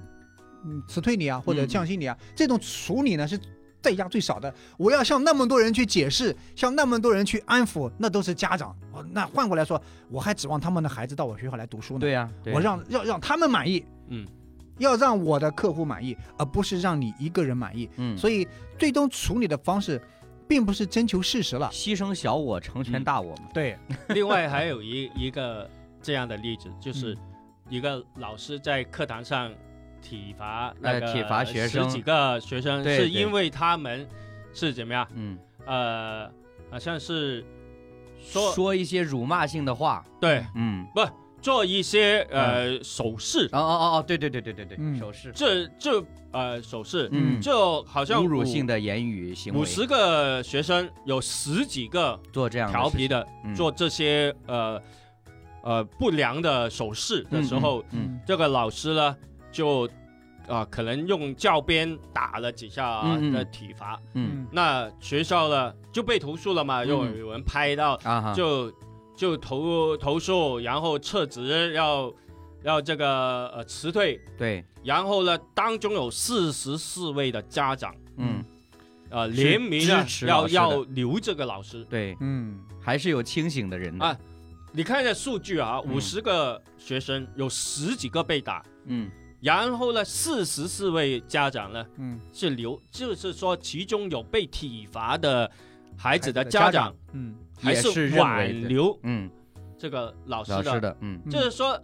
嗯辞退你啊，或者
嗯
降薪你啊，这种处理呢是代价最少的。我要向那么多人去解释，向那么多人去安抚，那都是家长。哦，那换过来说，我还指望他们的孩子到我学校来读书呢。
对呀、对
我让要让他们满意，
嗯
要让我的客户满意，而不是让你一个人满意。
嗯，
所以最终处理的方式，并不是征求事实了。
牺牲小我成全
嗯
大我嘛。
对，
另外还有一一个这样的例子，就是一个老师在课堂上体罚那
呃
个
体罚学生
十几个学生，
对
是
对
因为他们是怎么样？
嗯，
呃，好像是说
说一些辱骂性的话，
对，
嗯，
做一些呃手势，
哦哦哦哦，对对对对对对，
嗯
手势，
这这呃手势，
嗯，
就好像
侮辱
五
性的言语行为，
五十个学生有十几个
做这样的
调
事情
皮的
嗯
做这些呃呃不良的手势的时候，
嗯，
这个老师呢就啊、可能用教鞭打了几下、啊
嗯嗯
的体罚，
嗯
那学校呢就被投诉了嘛，又
嗯
有人拍到，
啊哈，
就就投投诉，然后撤职，要要这个呃辞退，
对，
然后呢当中有四十四位的家长。
嗯，
呃，
是
联名呢
支持老
要
师的
要留这个老师。
对，
嗯
还是有清醒的人的，
啊你看一下数据啊，
嗯
五十个学生有十几个被打，
嗯
然后呢，四十四位家长呢
嗯
是留，就是说其中有被体罚的孩子的
孩子
家
的家长
长
嗯
还
也是认为的
挽留
嗯，
这个老师
老师
的，
的，嗯
嗯
就是说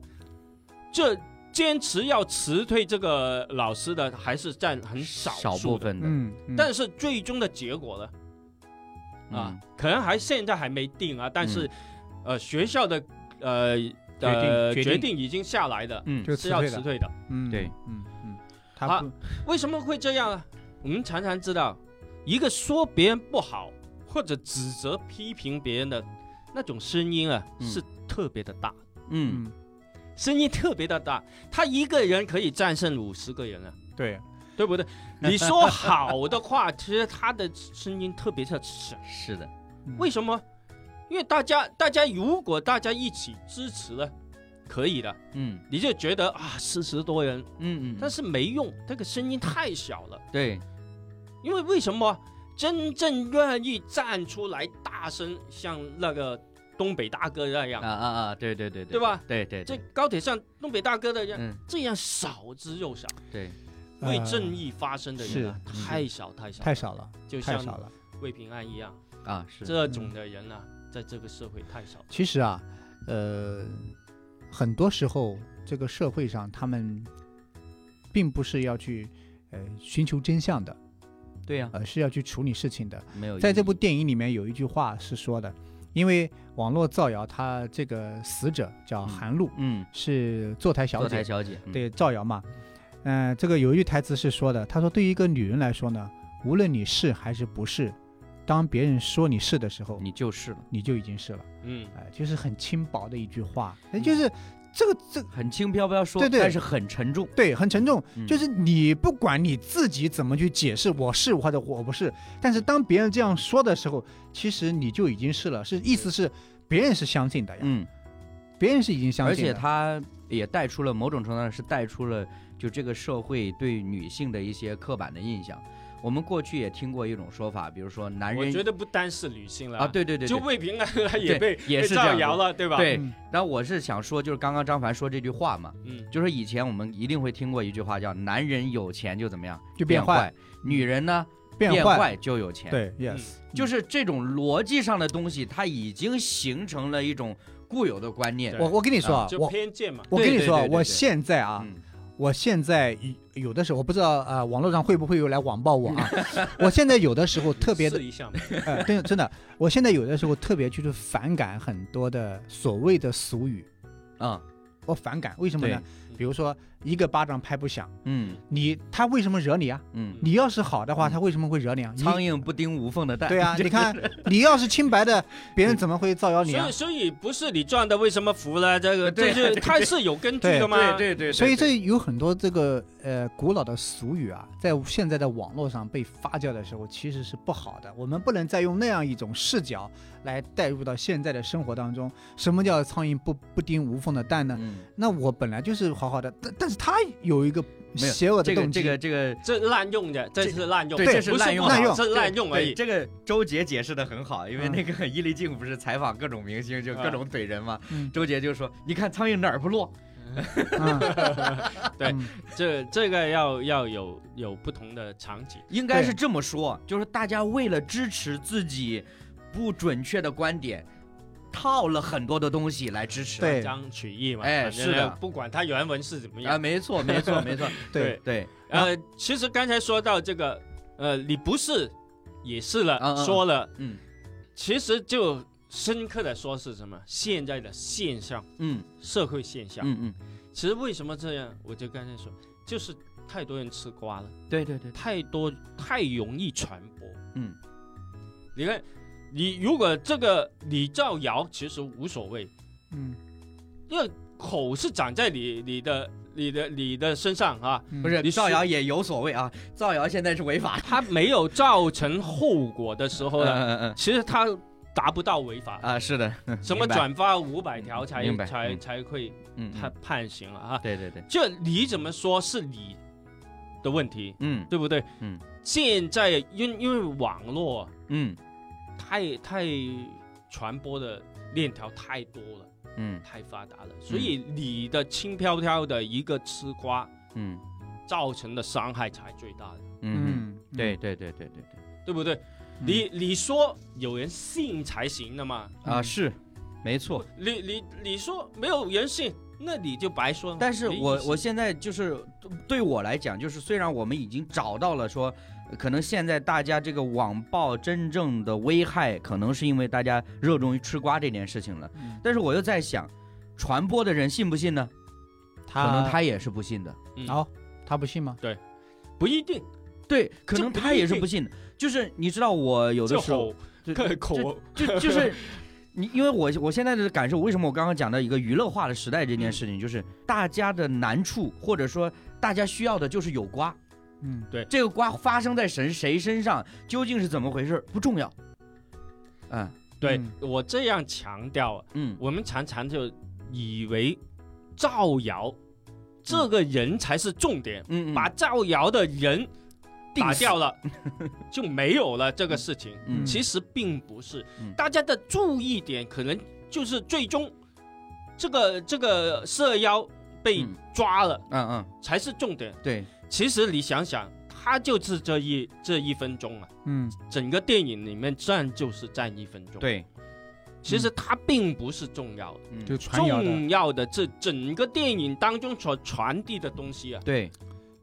这。坚持要辞退这个老师的还是占很少
少
数
部
的，
分的，
嗯，嗯
但是最终的结果呢？啊
嗯，
可能还现在还没定啊，但是，呃，学校的呃
嗯定
呃
决定
决定已经下来的，
嗯，
就是辞
要
退
辞
了，
退的。
嗯
对，
嗯嗯，他
啊
不
为什么会这样啊？我们常常知道，一个说别人不好或者指责批评别人的那种声音啊，
嗯
是特别的大，
嗯
嗯
声音特别的大，他一个人可以战胜五十个人啊。
对，
对不对？ 你说好的话，其实他的声音特别的小，
是的，
嗯
为什么？因为大家，大家如果大家一起支持呢，可以的，
嗯
你就觉得啊，四十多人，
嗯嗯，
但是没用，这个声音太小了。
对，
因为为什么真正愿意站出来大声，像那个东北大哥那样，
啊啊啊，对对对对，
对吧？
对对，
这
对
高铁上东北大哥那样，
嗯
这样少之又少，
对，
为
呃
正义发声的人、啊
是嗯
太少太少，
太少了，
就
太少
像
了。
魏平安一样，
啊是，
这种的人啊，在这个社会太少。
其实啊，呃，很多时候这个社会上他们并不是要去呃寻求真相的，
对呀，
而是要去处理事情的。
没呃有意义，
呃在这部电影里面有一句话是说的，因为网络造谣，他这个死者叫
嗯
韩露，
嗯，
是坐台小
坐
姐
台，小姐，嗯，
对造谣嘛。嗯、这个有一句台词是说的，他说对于一个女人来说呢，无论你是还是不是，当别人说你是的时候，
你就是了，
你就已经是了。
嗯，
哎、就是很轻薄的一句话，
嗯
哎就是这个这
很轻飘飘说，
对对
但是很沉重，
对很沉重，
嗯
就是你不管你自己怎么去解释我是或者我不是，但是当别人这样说的时候，其实你就已经是了，是意思是别人是相信的呀，
嗯，
别人是已经相
而
信的，
且他也带出了某种程度上是带出了就这个社会对女性的一些刻板的印象。我们过去也听过一种说法，比如说男
我
人
觉得不单是女性了
啊，，对对对，
就
对
魏平安也被
也
被
是这样
造谣
的。
了，对吧？
对
嗯
但我是想说，就是刚刚张凡说这句话嘛，
嗯，
就是以前我们一定会听过一句话，叫“男人有钱就怎么样
就
变
变坏嗯
女人呢
变
坏嗯就有钱”。，
对，yes，、
就是这种逻辑上的东西，它已经形成了一种固有的观念
对。
我我跟你说啊，
就
我
偏见嘛。
我跟你
对
说啊，
对对对
我现在啊，
嗯
我现在有有的时候我不知道啊、呃网络上会不会有来网暴我 啊？我现在有的时候特别的
试，一下嘛，
呃，真的真的，我现在有的时候特别就是反感很多的所谓的俗语，
啊
我反感，为什么呢？比如说一个巴掌拍不响，
嗯
你他为什么惹你啊？
嗯，
你要是好的话，
嗯
他为什么会惹你啊？你
苍蝇不叮无缝的蛋。
对 啊，你看你要是清白的，别人怎么会造谣你
所
啊
以？所以不是你赚的，为什么服了？这个
对
这
对
是
对
它是有根据的吗？
对对对，
所以这有很多这个呃古老的俗语啊，在现在的网络上被发酵的时候，其实是不好的。我们不能再用那样一种视角来带入到现在的生活当中。什么叫苍蝇不不叮无缝的蛋呢？
嗯，
那我本来就是好好的，但但是他有一个
没有
邪恶的
嗯这个
动
这
机。
个这个，
这滥用的，这是滥用，
对这是
不
滥用
不好
滥用
是滥用而
对
已。
这个周杰解释的很好，因为
嗯
那个伊丽静不是采访各种明星，就各
啊
种怼人嘛。
嗯
周杰就说：“你看苍蝇哪儿不落
嗯
对
嗯
这这个要要有有不同的场景？”，
应该
对
是这么说，就是大家为了支持自己不准确的观点，套了很多的东西来支持。
对
断章取义嘛，
哎
反正
是的
不管它原文是怎么
啊，
样，
没错，没错， 没错，
对，
对，
呃，其实刚才说到这个，呃，你不是也是了，
嗯嗯嗯
说了，
嗯
其实就深刻的说是什么？现在的现象，
嗯
社会现象。
嗯嗯，
其实为什么这样？我就刚才说，就是太多人吃瓜了，
对对对，
太多太容易传播。
嗯，
你看，你如果这个你造谣，其实无所谓，
嗯，
因为口是长在你你的你的你的身上啊，
嗯
不是
你
造
是
谣也有所谓啊，造谣现在是违法的。
它没有造成后果的时候
嗯
呢，
嗯嗯
其实它达不到违法
嗯，啊，是的，
什么
明白
转发五百条才
明白
才
嗯
才会
嗯，
判
嗯
判刑了啊。
对对对，
这你怎么说是你的问题，
嗯
对不对？
嗯，
现在因因为网络
嗯
太太传播的链条太多了，
嗯
太发达了，所以你的轻飘飘的一个吃瓜
嗯
造成的伤害才最大的，
嗯，
嗯，
对对对对对对，
对不对？
嗯
你你说有人信才行的嘛？
啊
嗯
是，没错。
你你你说没有人信，那你就白说了嘛。
但是
没意
我
思
我现在就是对我来讲，就是虽然我们已经找到了说，可能现在大家这个网暴真正的危害，可能是因为大家热衷于吃瓜这件事情了。
嗯
但是我又在想，传播的人信不信呢？可
啊
能他也是不信的。
嗯
好，哦他不信吗？
不一定，
对，可
这
能
不
他
一
也是
定
不信的。就是你知道，我有的
就
时候
吼
对
口
就就是你，因为我我现在的感受，为什么我刚刚讲到一个娱乐化的时代这件事情，就是大家的难处，或者说大家需要的就是有瓜。
嗯，
这个瓜发生在谁谁身上，究竟是怎么回事不重要。嗯
对
嗯
我这样强调啊，
嗯
我们常常就以为造谣这个人才是重点，
嗯嗯，嗯
把造谣的人
定
打
死
掉了，就没有了这个事情。
嗯
其实并不是，
嗯
大家的注意点可能就是最终这个这个社妖被
嗯
抓了、
嗯嗯
才是重点。
对，
其实你想想，他就是这一这一分钟啊，
嗯，
整个电影里面站就是站一分钟。，
对，
其实它并不是重要的，
嗯
就传谣的，
重要的这整个电影当中所传递的东西啊，
对，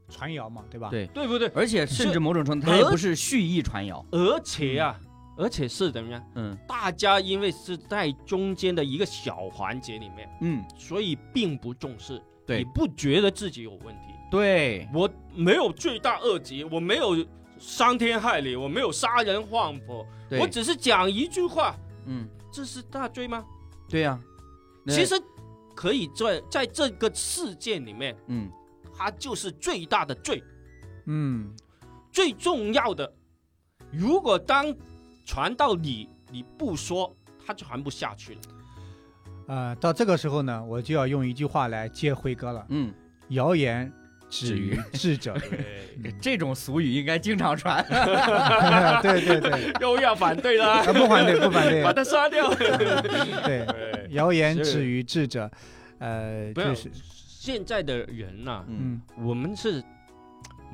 传谣嘛，对吧？
对
对不对？
而且甚至
是
某种程度，他
而
也不是蓄意传谣。
而且啊，而且是怎么样？
嗯
大家因为是在中间的一个小环节里面，
嗯，
所以并不重视，
对
你不觉得自己有问题？
对，
我没有罪大恶极，我没有伤天害理，我没有杀人放火，
对
我只是讲一句话，
嗯，
这是大罪吗？
对啊呀、那
其实可以在在这个事件里面，
嗯
它就是最大的罪，
嗯，
最重要的。如果当传到你，你不说，它传不下去了。
呃，到这个时候呢，我就要用一句话来接辉哥了：
嗯，
谣言止
止
于
于
智者。
对，
嗯
这种俗语应该经常传。
对对对，
又要反对了
啊，哎不反对，不反对，
把它杀掉。
对，
对，
谣言
是
止于智者，呃，
不要
就是，
现在的人呐、
嗯
嗯
我们是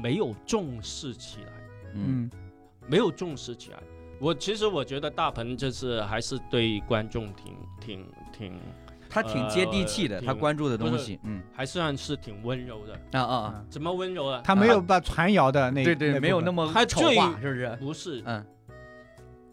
没有重视起来，
嗯
嗯
没有重视起来。我其实我觉得大鹏这次还是对观众挺挺挺，
他挺接地气的，
呃
他关注的东
不是
西，嗯
还算是挺温柔的。
啊啊啊，
啊，
怎么温柔啊？
他没有把传谣的那
对对，没有那
么
么
他
丑
最
化，是不是？
不是
嗯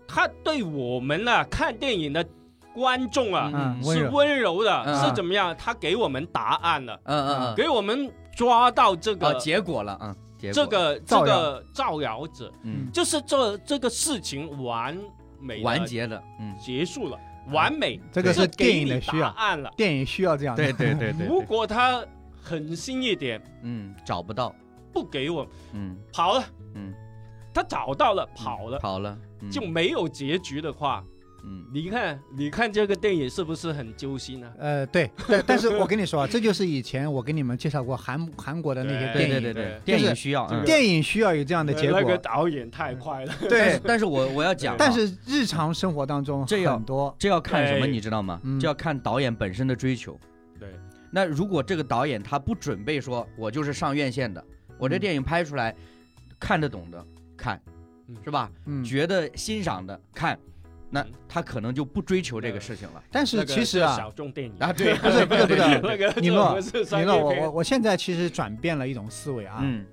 他对我们啊，看电影的观众啊、
嗯温
是
柔，
温柔的，
嗯
是怎么样？他给我们答案了，
嗯嗯嗯，
给我们抓到这个、
啊，结果了啊，结果
这个这
造谣
个造谣者，
嗯
就是这这个事情完美地
完结了，嗯，
结束了，完美，
这个
这
是
给
电影
你
的需
答
要，
案了。
电影需要这样的。
对对对对
如
对，
果他狠心一点，
嗯，找不到，
不给我
嗯，
跑了，
嗯，
他找到了跑了，
跑了，嗯
就没有结局的话，
嗯
你看你看这个电影是不是很揪心啊？
呃，对，但但是我跟你说啊，这就是以前我给你们介绍过韩韩国的那些
对
对
电
对
影，
对对
对，
电
就
影
是
需要，嗯，
电影需要有这样的结果，
那个导演太快了，
但
对
是。但是我我要讲啊，
但是日常生活当中
这要
很多，
这要看什么，
对
你知道吗？
嗯
这要看导演本身的追求。
对。
那如果这个导演他不准备说，我就是上院线的，我这
嗯
电影拍出来，看得懂的看
嗯，
是吧？
嗯，
觉得欣赏的看，那
嗯
他可能就不追求这个事情了。
但
那
是
个
其实啊，
小众电影
啊，对，
不是不是不是
那个
尼
这
诺
不是商
你
业
了我
片
我我现在其实转变了一种思维啊，
嗯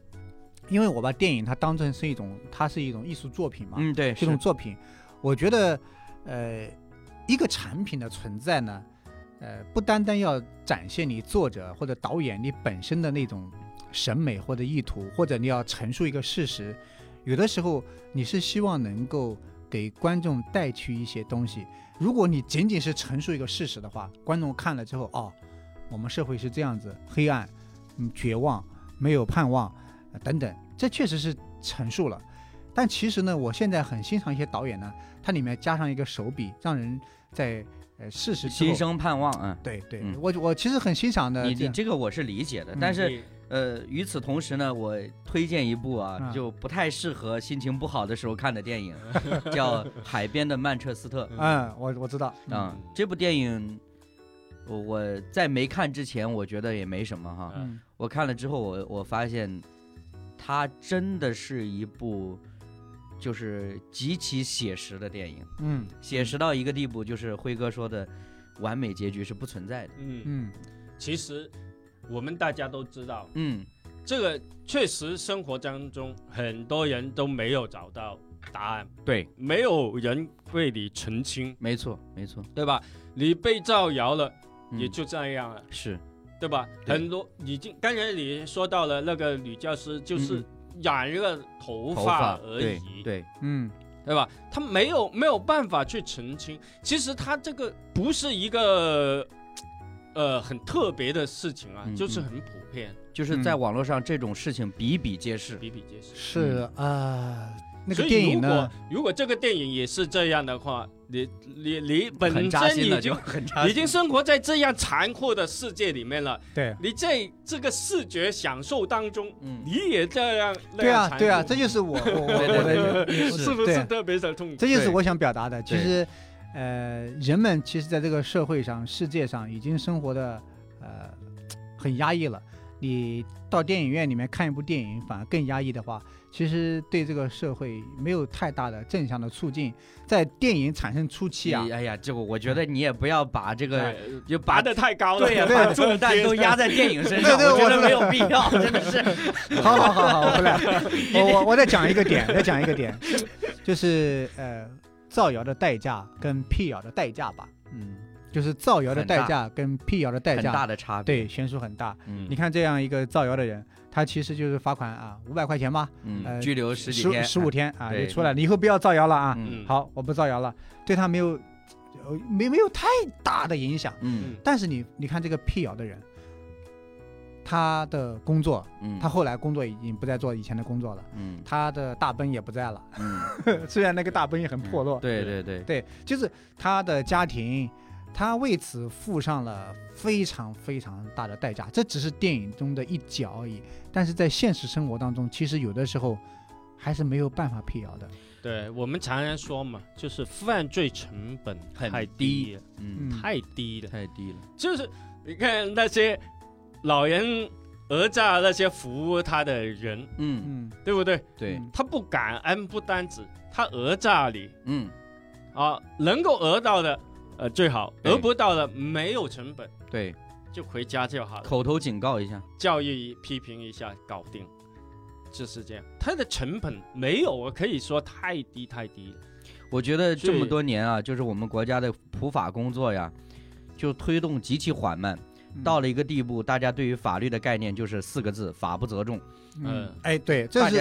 因为我把电影它当成是一种，它是一种艺术作品嘛，
嗯，对，
这种作品，我觉得，呃，一个产品的存在呢，呃，不单单要展现你作者或者导演你本身的那种审美或者意图，或者你要陈述一个事实，有的时候你是希望能够给观众带去一些东西。如果你仅仅是陈述一个事实的话，观众看了之后，哦，我们社会是这样子，黑暗，嗯，绝望，没有盼望，呃等等，这确实是陈述了。但其实呢，我现在很欣赏一些导演呢，它里面加上一个手笔，让人在呃事实
是
之后
心生盼望啊。
对对，
嗯
我我其实很欣赏的
你
这
你
样，
这个我是理解的，
嗯
但是
你
呃，与此同时呢，我推荐一部啊
啊，
就不太适合心情不好的时候看的电影，叫《海边的曼彻斯特》
嗯，我我知道，嗯
啊。这部电影，我我在没看之前，我觉得也没什么哈。
嗯
我看了之后，我我发现，它真的是一部就是极其写实的电影，
嗯
写实到一个地步，就是辉哥说的，完美结局是不存在的。
嗯，
嗯
其实我们大家都知道，
嗯，
这个确实生活当中很多人都没有找到答案，
对，
没有人为你澄清，
没错，没错，
对吧？你被造谣了，
嗯
也就这样了，
是，
对吧？
对
很多已经刚才你说到了那个女教师，就是
嗯
染一个头
头
发
发
而
对
已，
对，
嗯
对吧？他没有没有办法去澄清。其实他这个不是一个呃很特别的事情啊，
嗯
就是
嗯
很普遍，
就是在网络上这种事情比比皆是。
比比皆是。
是
嗯
啊、那
所
个
以
电影呢，
如果如果这个电影也是这样的话，你你你本
很扎
身
心
已
了， 就
经
很扎心。
已经生活在这样残酷的世界里面了，
对
你在这个视觉享受当中，
嗯，
你也这样那
对
样
啊
残
对啊，
酷
这就是我 我我
对对
我的，
对啊
是
是哎
不
对
是特别的痛苦？
这就是
对
我想表达的。其
对
实，呃，人们其实在这个社会上、世界上已经生活的呃很压抑了。你到电影院里面看一部电影，反而更压抑的话，其实对这个社会没有太大的正向的促进。在电影产生初期啊
你，哎呀，这个我觉得你也不要把这
哎
个就
拔
把
得太高了，
对 呀，把重担都压在电影身上，
对对
我觉得
我
没有必要，真的是。
好好好好，我回 来，我我我再讲一个点，再讲一个点，就是呃，造谣的代价跟辟谣的代价吧，嗯，就是造谣的
很大
代价跟辟谣的代
很
价，
大的差别。
对悬殊很大。
嗯
你看这样一个造谣的人，他其实就是罚款啊，五百块钱吧，呃
嗯，拘留十几
十
天，哎
十五天啊
对
就出来了，你以后不要造谣了啊。
嗯
好，我不造谣了，对他没有，呃没没有太大的影响。
嗯
但是你你看这个辟谣的人，他的工作，
嗯，
他后来工作已经不再做以前的工作了，
嗯
他的大奔也不在了，
嗯，
虽然那个大奔也很 破落，
对嗯对对，
对，就是他的家庭，他为此付上了非常非常大的代价。这只是电影中的一角而已，但是在现实生活当中，其实有的时候还是没有办法辟谣的。
对我们常常说嘛，就是犯罪成本
很
太
低
了，
嗯，
嗯
太低了。
太低了，
就是你看那些老人讹诈那些服务他的人，
嗯，
嗯，
对不对？
对，
嗯
他不感恩不单止，他讹诈你
嗯，
啊，能够讹到的，呃最好；
对
讹不到的没有成本，
对，
就回家就好了。
口头警告一下，
教育批评一下搞定，就是这样。它的成本没有，我可以说太低太低了。
我觉得这么
是
多年啊，就是我们国家的普法工作呀，就推动极其缓慢，
嗯
到了一个地步，大家对于法律的概念就是四个字：法不责众。
嗯
嗯，
哎，对，这是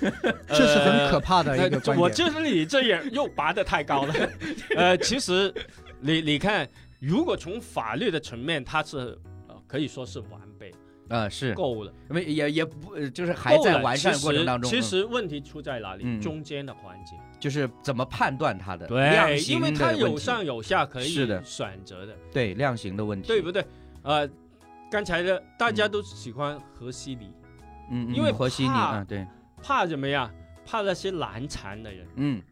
呃
这是很可怕的一个
呃
观
我
点。
就是你这也又拔得太 高了。呃，其实你你看，如果从法律的层面，它是呃可以说是完备
啊，是，
够了，
没也也不呃就是还在
够了
完善
其实
过程当中，
其
嗯
实问题出在哪里？
嗯
中间的环节，
就是怎么判断它的量
对，因
刑的
为它有
问题，
上有下可以
是的
选择的，
对量刑的问题，
对不对？呃，刚才的大家
嗯
都喜欢和稀泥，
嗯，嗯
因为
和稀泥
怕
啊，对，
怕怎么样？怕那些难缠的人。
嗯，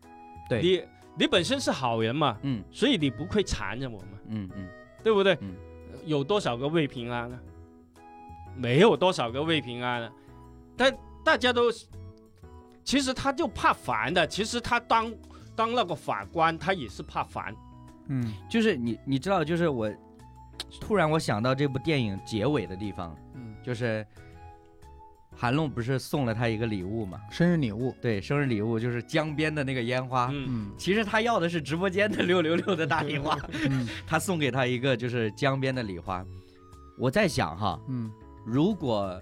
对，
你你本身是好人嘛，
嗯
所以你不会缠着我们，
嗯嗯，
对不对？
嗯
有多少个未平安啊？没有多少个未平安啊。但大家都，其实他就怕烦的。其实他当当那个法官，他也是怕烦。
嗯
就是你你知道，就是我突然我想到这部电影结尾的地方，
嗯，
就是韩露不是送了他一个礼物嘛？
生日礼物，
对，生日礼物就是江边的那个烟花。
嗯，
嗯
其实他要的是直播间的六六六的大礼花，
嗯
他送给他一个就是江边的礼花。我在想哈，
嗯
如果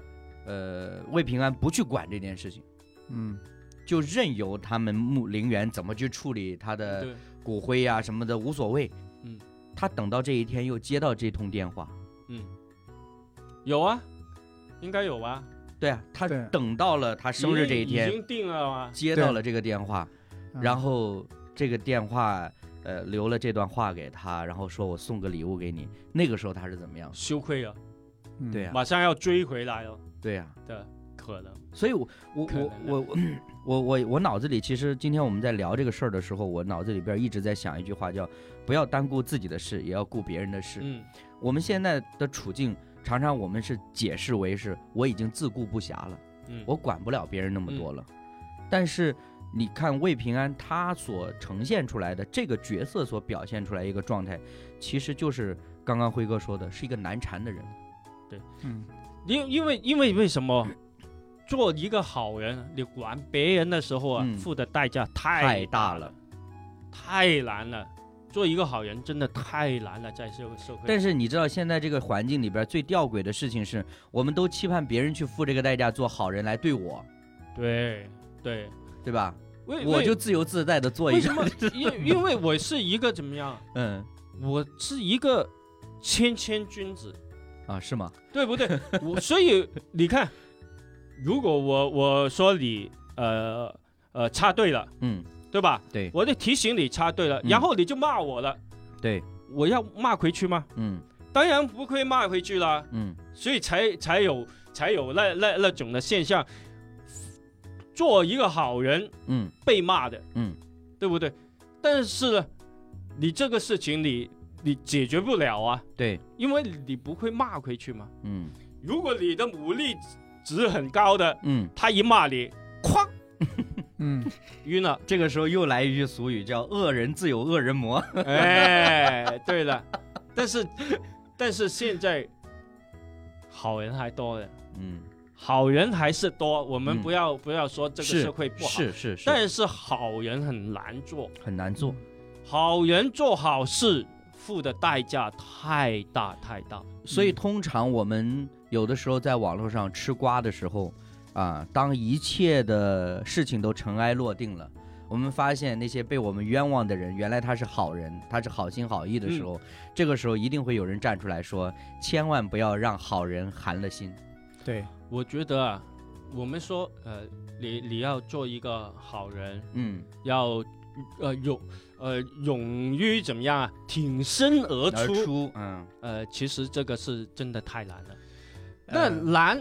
呃魏平安不去管这件事情，
嗯
就任由他们墓陵园怎么去处理他的
对，
骨灰呀、什么的无所谓。
嗯，
他等到这一天又接到这通电话，
有啊，应该有啊。
对啊， 他
对
等到了他生日这一
已
天，
经定了啊。
接到了这个电话，
嗯，
然后这个电话呃留了这段话给他，然后说我送个礼物给你。那个时候他是怎么样？
羞愧了，
嗯
对啊
马上要追回来了
对呀、
的可能。
所以我，我
啊可能啊
我我我我我我脑子里，其实今天我们在聊这个事儿的时候，我脑子里边一直在想一句话，叫不要单顾自己的事，也要顾别人的事。
嗯，
我们现在的处境，常常我们是解释为是我已经自顾不暇了，
嗯
我管不了别人那么多了。但是你看魏平安他所呈现出来的这个角色所表现出来一个状态，其实就是刚刚辉哥说的，是一个难缠的人。
嗯
因因为因为为什么做一个好人，你管别人的时候啊，
嗯
付的代价
太
太
大了
了，太难了。做一个好人真的太难了，在社会社会。
但是你知道现在这个环境里边最吊诡的事情是，我们都期盼别人去付这个代价做好人来对我，
对对，
对吧？
为
我
为
就自由自在的做
为
一
什
个，
么？因因为我是一个怎么样？
嗯
我是一个谦谦君子，
啊，是吗？
对不对？我所以你看，如果我我说你呃呃插队了，
嗯，
对吧？
对
我就提醒你插队了，
嗯
然后你就骂我了，
对，
我要骂回去吗？
嗯
当然不会骂回去啦，
嗯
所以才才有才有那那那种的现象。做一个好人
嗯
被骂的，
嗯，
对不对？但是呢，你这个事情你你解决不了啊，
对，
因为你不会骂回去嘛。
嗯
如果你的武力值很高的，
嗯。
他一骂你，哐
嗯
晕了。
这个时候又来一句俗语，叫“恶人自有恶人磨
哎，对了，但是但是现在好人还多了，”。
嗯，
好人还是多。我们
嗯
不要、不要说这个
是
社会不好，
是是是，
但是好人很难做，
很难做。
好人做好事付的代价太大太大。
所以通常我们有的时候在网络上吃瓜的时候，啊，当一切的事情都尘埃落定了。我们发现那些被我们冤枉的人，原来他是好人，他是好心好意的时候，这个时候一定会有人站出来说：“千万不要让好人寒了心。
对，
我觉得啊，我们说呃，你你要做一个好人，”
嗯，
要呃勇呃勇于怎么样啊，挺身而
而
出。
出，嗯，
呃，其实这个是真的太难了。那
呃
难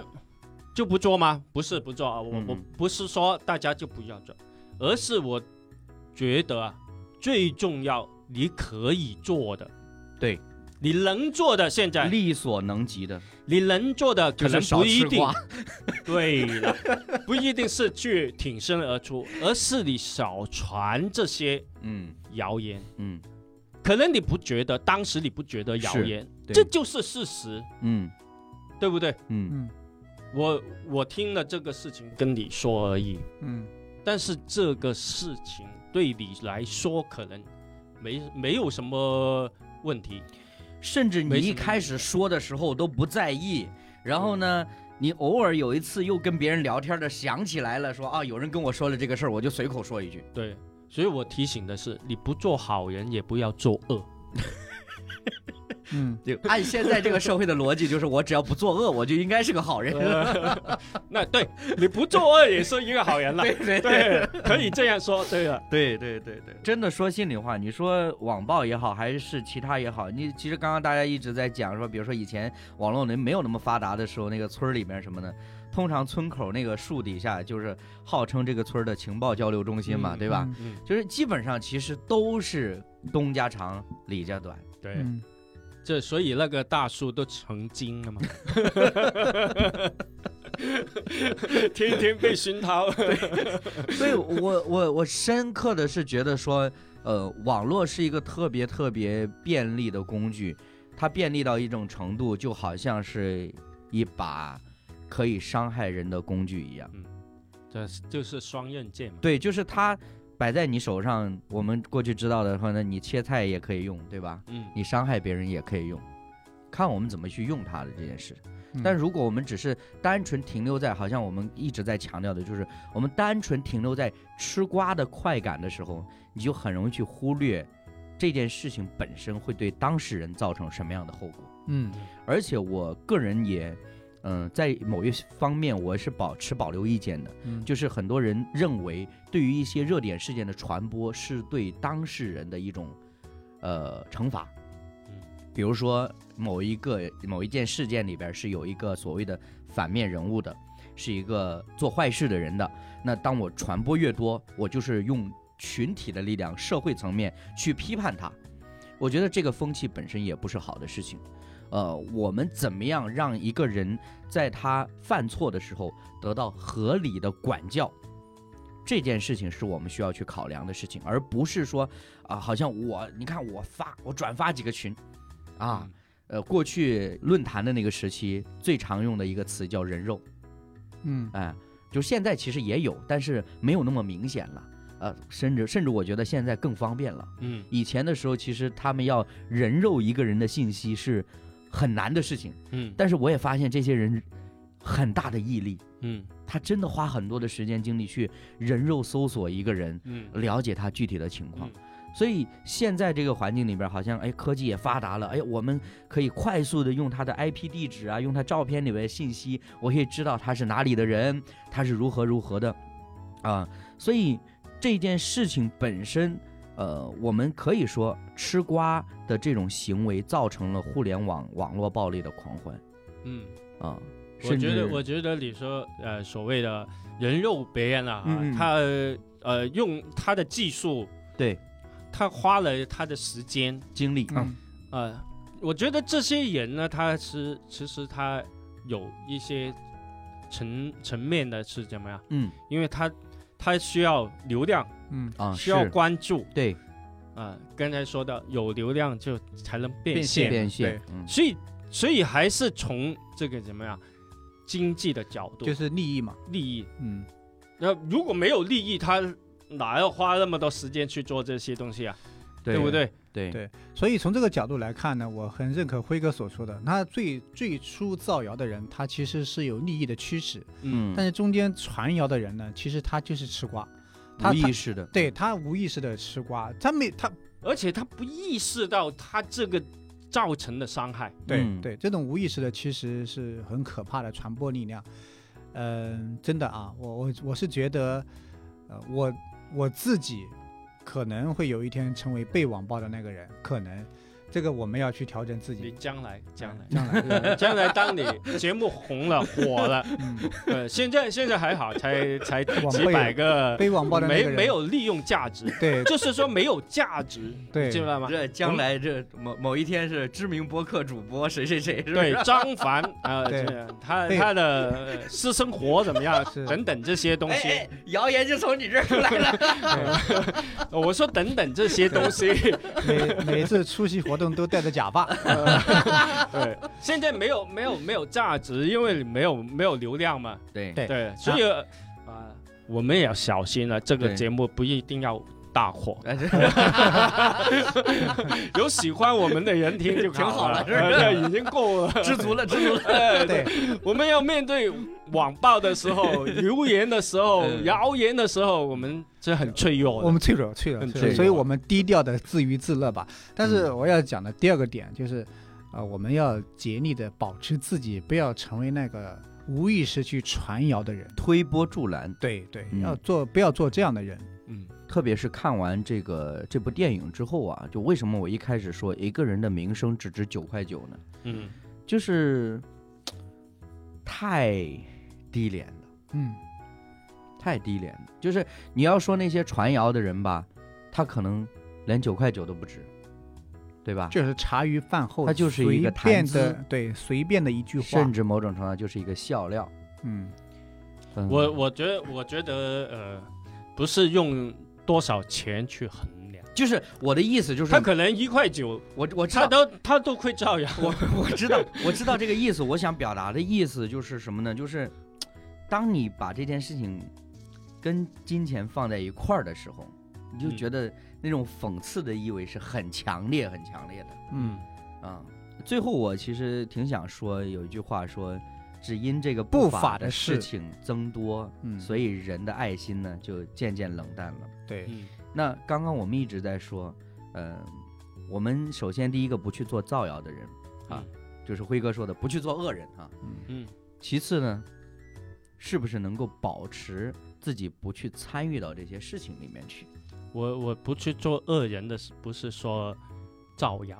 就不做吗？不是不做啊，我、我
嗯
不是说大家就不要做，而是我觉得啊，最重要你可以做的，
对
你能做的现在
力所能及的，
你能做的
就
可
是
能
少
不一
吃
定
瓜。
对了，不一定是去挺身而出，而是你少传这些
嗯
谣言。
嗯，
可能你不觉得，当时你不觉得谣
是
言，
对
这就是事实，
嗯
对不对？
嗯
嗯
我我听了这个事情跟你说而已，
嗯
但是这个事情对你来说可能没没有什么问题，
甚至你
没什
一
么
开始说的时候都不在意，然后呢，你偶尔有一次又跟别人聊天的想起来了，说啊，有人跟我说了这个事儿，我就随口说一句。
对。所以我提醒的是，你不做好人，也不要做 恶。
嗯
对，按现在这个社会的逻辑，就是我只要不作恶，我就应该是个好人。
那对你不做恶也是一个好人 了，
对 对
对，可以这样说。对啊了，
对对对对，真的说心里话，你说网暴也好，还是其他也好，你其实刚刚大家一直在讲说，比如说以前网络没有那么发达的时候，那个村儿里面什么的，通常村口那个树底下就是号称这个村儿的情报交流中心嘛，
嗯
对吧？
嗯
嗯，
就是基本上其实都是东家长李家短，
对
嗯
这所以那个大树都成精了嘛。 天天被熏陶。
所以我我我深刻的是觉得说，呃，网络是一个特别特别便利的工具，它便利到一种程度，就好像是一把可以伤害人的工具一样。
这是就是双刃剑嘛。
对，就是它摆在你手上，我们过去知道的话呢，你切菜也可以用，对吧？
嗯，
你伤害别人也可以用，看我们怎么去用它的这件事。
嗯
但如果我们只是单纯停留在，好像我们一直在强调的，就是我们单纯停留在吃瓜的快感的时候，你就很容易去忽略这件事情本身会对当事人造成什么样的后果。
嗯
而且我个人也，嗯、在某一方面我是保持保留意见的，
嗯
就是很多人认为对于一些热点事件的传播是对当事人的一种呃惩罚
嗯。
比如说某一个某一件事件里边是有一个所谓的反面人物的，是一个做坏事的人的，那当我传播越多，我就是用群体的力量、社会层面去批判他。我觉得这个风气本身也不是好的事情。呃，我们怎么样让一个人在他犯错的时候得到合理的管教，这件事情是我们需要去考量的事情，而不是说啊、好像我你看我发我转发几个群，啊，呃，过去论坛的那个时期最常用的一个词叫人肉，
嗯
哎，就现在其实也有，但是没有那么明显了。呃，甚至甚至我觉得现在更方便了。
嗯，
以前的时候，其实他们要人肉一个人的信息是很难的事情。
嗯
但是我也发现这些人很大的毅力，
嗯
他真的花很多的时间精力去人肉搜索一个人，
嗯
了解他具体的情况
嗯。
所以现在这个环境里边，好像哎，科技也发达了，哎，我们可以快速的用他的 IP 地址啊，用他照片里边的信息，我可以知道他是哪里的人，他是如何如何的，啊，所以这件事情本身，呃，我们可以说吃瓜的这种行为造成了互联网网络暴力的狂欢
嗯，
啊。
我觉
甚
得
至
我觉得你说呃所谓的人肉别人啊，
嗯嗯
他呃用他的技术，
对
他花了他的时间，
经历，
嗯
呃，我觉得这些人呢，他是其实他有一些层层面的是怎么样？
嗯
因为他他需要流量，
嗯
啊，
需要
是
关注
对
啊、刚才说的有流量就才能变现，
变现，嗯
所以所以还是从这个怎么样经济的角度，
就是利益嘛，
利益。
嗯
那如果没有利益，他哪要花那么多时间去做这些东西啊？对不？对？
对
对所以从这个角度来看呢，我很认可辉哥所说的，那最最初造谣的人，他其实是有利益的驱使，
嗯，
但是中间传谣的人呢，其实他就是吃瓜，他
无意识的，
对他无意识的吃瓜，他没他
而且他不意识到他这个造成的伤害。
对、
嗯
对，这种无意识的其实是很可怕的传播力量。嗯、真的啊，我我我是觉得，呃，我我自己可能会有一天成为被网暴的那个人，可能这个我们要去调整自
你
己。
将来，将来
嗯。将来，对
将来当你节目红了、火了，
嗯，
呃，现在现在还好，才才
网
几
暴
百个，
被网暴的那个
没
人
没有利用价值，
对
就是说没有价值，
对
知道吗？
这将来这某某一天是知名播客主播谁谁谁是不
对
是？
张凡 啊，
对
这个他
对
他的呃私生活怎么样
是
等等这些东
哎
西，
哎，谣言就从你这儿来了。
我说等等这些东西，
每 每次出席活动都戴着假发，
呃对，现在没有没有没有价值，因为你没有没有流量嘛，
对
对
对，所以啊，呃我们也要小心了，这个
对
节目不一定要大火，
哎这
有喜欢我们的人听就
挺好
了，
了是不是
呃已经够 了。
知足了，知足了。
对，
我们要面对网暴的 时候、流言的时候、
嗯
谣言的时候，我们是很脆弱的。
我们脆弱，脆弱，
很
脆
脆
弱，
弱
所以我们低调的自娱自乐吧。但是
嗯
我要讲的第二个点就是，呃，我们要竭力的保持自己，不要成为那个无意识去传谣的人。
推波助澜，
对对，
嗯
要做不要做这样的人。
嗯
特别是看完这个这部电影之后啊，就为什么我一开始说一个人的名声只值九块九呢？
嗯
就是太低廉了。
嗯
太低廉了。就是你要说那些传谣的人吧，他可能连九块九都不值，对吧？
就是茶余饭后，
它就是一个
随便
谈资
的，对，随便的一句话
甚，至某种程度上就是一个笑料。
嗯
嗯
我我觉得我觉得呃，不是用多少钱去衡量，
就是我的意思就是
他，可能一块九，
我我知
他
道。
都他都会照样。
我我知道，我知道这个意思。我想表达的意思就是什么呢？就是当你把这件事情跟金钱放在一块儿的时候，你就
嗯
觉得那种讽刺的意味是很强烈、很强烈的。
嗯，
啊、最后我其实挺想说有一句话说，只因这个
不法
法
的
的事
事
情增多，
嗯
所以人的爱心呢就渐渐冷淡了。
对，
嗯
那刚刚我们一直在说，呃，我们首先第一个不去做造谣的人啊，就是辉哥说的不去做恶人啊。
嗯
嗯
其次呢，是不是能够保持自己不去参与到这些事情里面去？
我我不去做恶人的，是不是说造谣，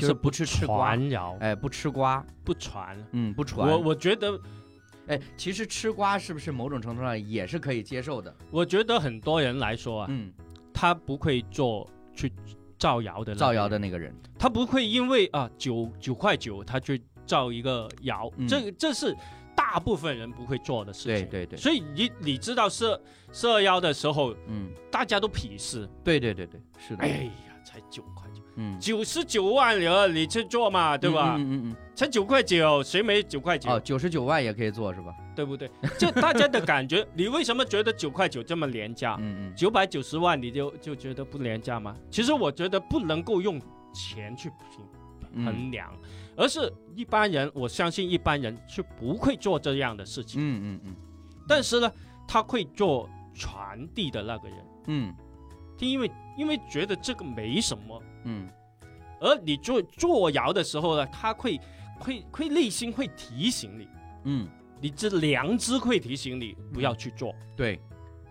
就是
是
不去吃瓜
传谣，
哎，不吃瓜，
不传。
嗯，不传。
我我觉得，
哎，其实吃瓜是不是某种程度上也是可以接受的？
我觉得很多人来说啊，
嗯，
他不会做去造谣的，
造谣的，那个人，
他不会因为啊九九块九他去造一个谣，
嗯
这这是大部分人不会做的事
对
情。
对对，
所以你你知道射射妖的时候，
嗯，
大家都鄙视，
对对对对，是的，
哎呀，才九块九，
嗯，
九十九万人你去做嘛，对吧？
嗯嗯嗯嗯，
才九块九，谁没九块九、
哦，九十九万也可以做是吧？
对不对？就大家的感觉， 你为什么觉得九块九这么廉价？
嗯嗯，
九百九十万你就就觉得不廉价吗？其实我觉得不能够用钱去评
嗯
衡量，而是一般人，我相信一般人是不会做这样的事情，
嗯嗯
但是呢，他会做传递的那个人。
嗯
他因为因为觉得这个没什么，
嗯嗯，
而你做做谣的时候呢，他会会会内心会提醒你，
嗯，
你这良知会提醒你不要去做，
对，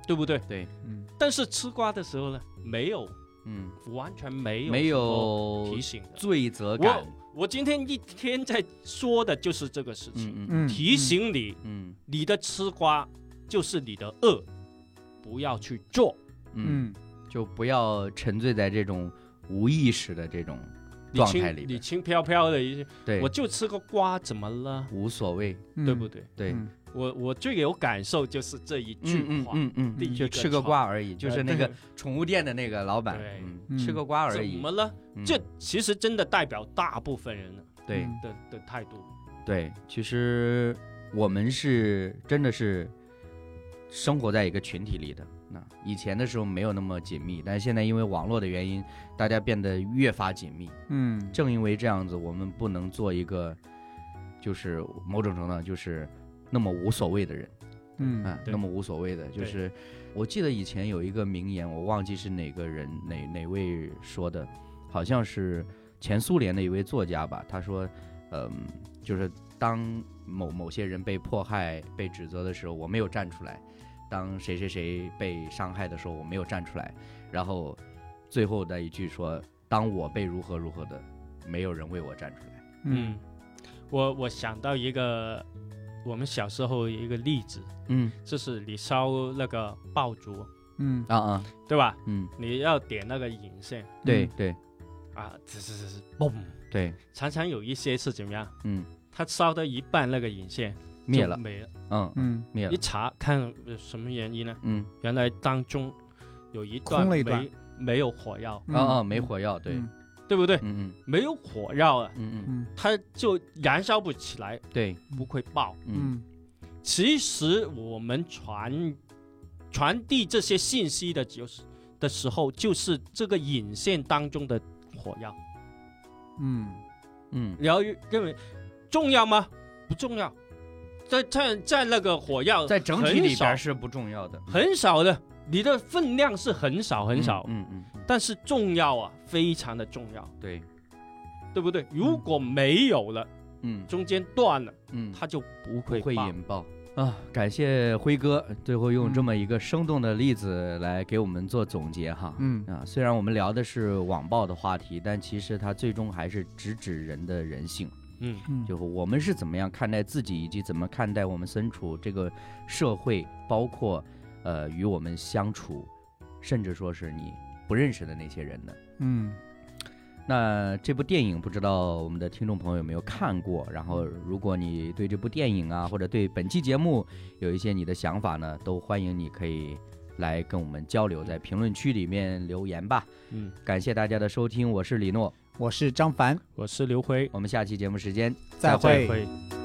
对不对？
对，
嗯
但是吃瓜的时候呢，没有，
嗯，
完全没有
没
什么
有
提醒的。
罪责感
我，我今天一天在说的就是这个事情，
嗯嗯
嗯，
提醒你，
嗯
你的吃瓜就是你的恶，不要去做。
嗯，
嗯，
就不要沉醉在这种无意识的这种
你
状态里
轻你
边，
轻飘飘的一些，
嗯对
我，就吃个瓜，怎么了？
无所谓，
嗯
对不？对？
对，
嗯
我我最有感受就是这一句
嗯
话，
嗯嗯
第
嗯，
一
就
个
吃个
创
瓜而已，就是
呃
那
对
个宠物店的那个老板
对，
嗯，吃
嗯
个瓜而
怎
已
么，了？
嗯
这其实真的代表大部分人
对
嗯
的的态度。
对，其实我们是真的是生活在一个群体里的。那以前的时候没有那么紧密，但是现在因为网络的原因，大家变得越发紧密。
嗯，
正因为这样子，我们不能做一个就是某种程度上就是那么无所谓的人，
嗯
啊，
对
那么无所谓的。就是我记得以前有一个名言，我忘记是哪个人哪哪位说的，好像是前苏联的一位作家吧，他说，嗯，就是当某某些人被迫害、被指责的时候，我没有站出来；当谁谁谁被伤害的时候，我没有站出来。然后最后的一句说，当我被如何如何的，没有人为我站出来。
嗯，
我我想到一个我们小时候一个例子，
嗯
就是你烧那个爆竹，
嗯，
啊啊
对吧？
嗯，
你要点那个引线
对
嗯
对
啊，滋滋滋滋，嘣！
对，
常常有一些是怎么样？
嗯，
它烧到一半，那个引线就
灭了，
没了。
嗯，
嗯
灭了
一，查看呃什么原因呢？
嗯。
原来当中有一段
空了
没
一段
没有火药，
嗯
啊啊，没火药，对，
嗯
对不对？
嗯
没有火药啊，
嗯嗯，
嗯
它就燃烧不起来，
对，
不会爆。
嗯
嗯
其实我们传传递这些信息的就是的时候，就是这个引线当中的火药。
嗯
嗯
然后又认为重要吗？不重要，在在在那个火药
在整体里
很少
边是不重要的，
很少的，你的分量是很少很少，
嗯嗯，嗯
但是重要啊，非常的重要，
对，
对不对？如果没有了，
嗯
中间断了，
嗯，
它就不会
会
爆
引爆啊！感谢辉哥，最后用这
嗯
么一个生动的例子来给我们做总结哈。
嗯
啊，虽然我们聊的是网暴的话题，但其实它最终还是直指人的人性。
嗯
嗯，
就是我们是怎么样看待自己，以及怎么看待我们身处这个社会，包括呃与我们相处，甚至说是你不认识的那些人的。
嗯
那这部电影不知道我们的听众朋友有没有看过？然后，如果你对这部电影啊，或者对本期节目有一些你的想法呢，都欢迎你可以来跟我们交流，在评论区里面留言吧。
嗯，
感谢大家的收听，我是李诺，
我是张凡，
我是刘辉，
我们下期节目时间
再
再
会。
会。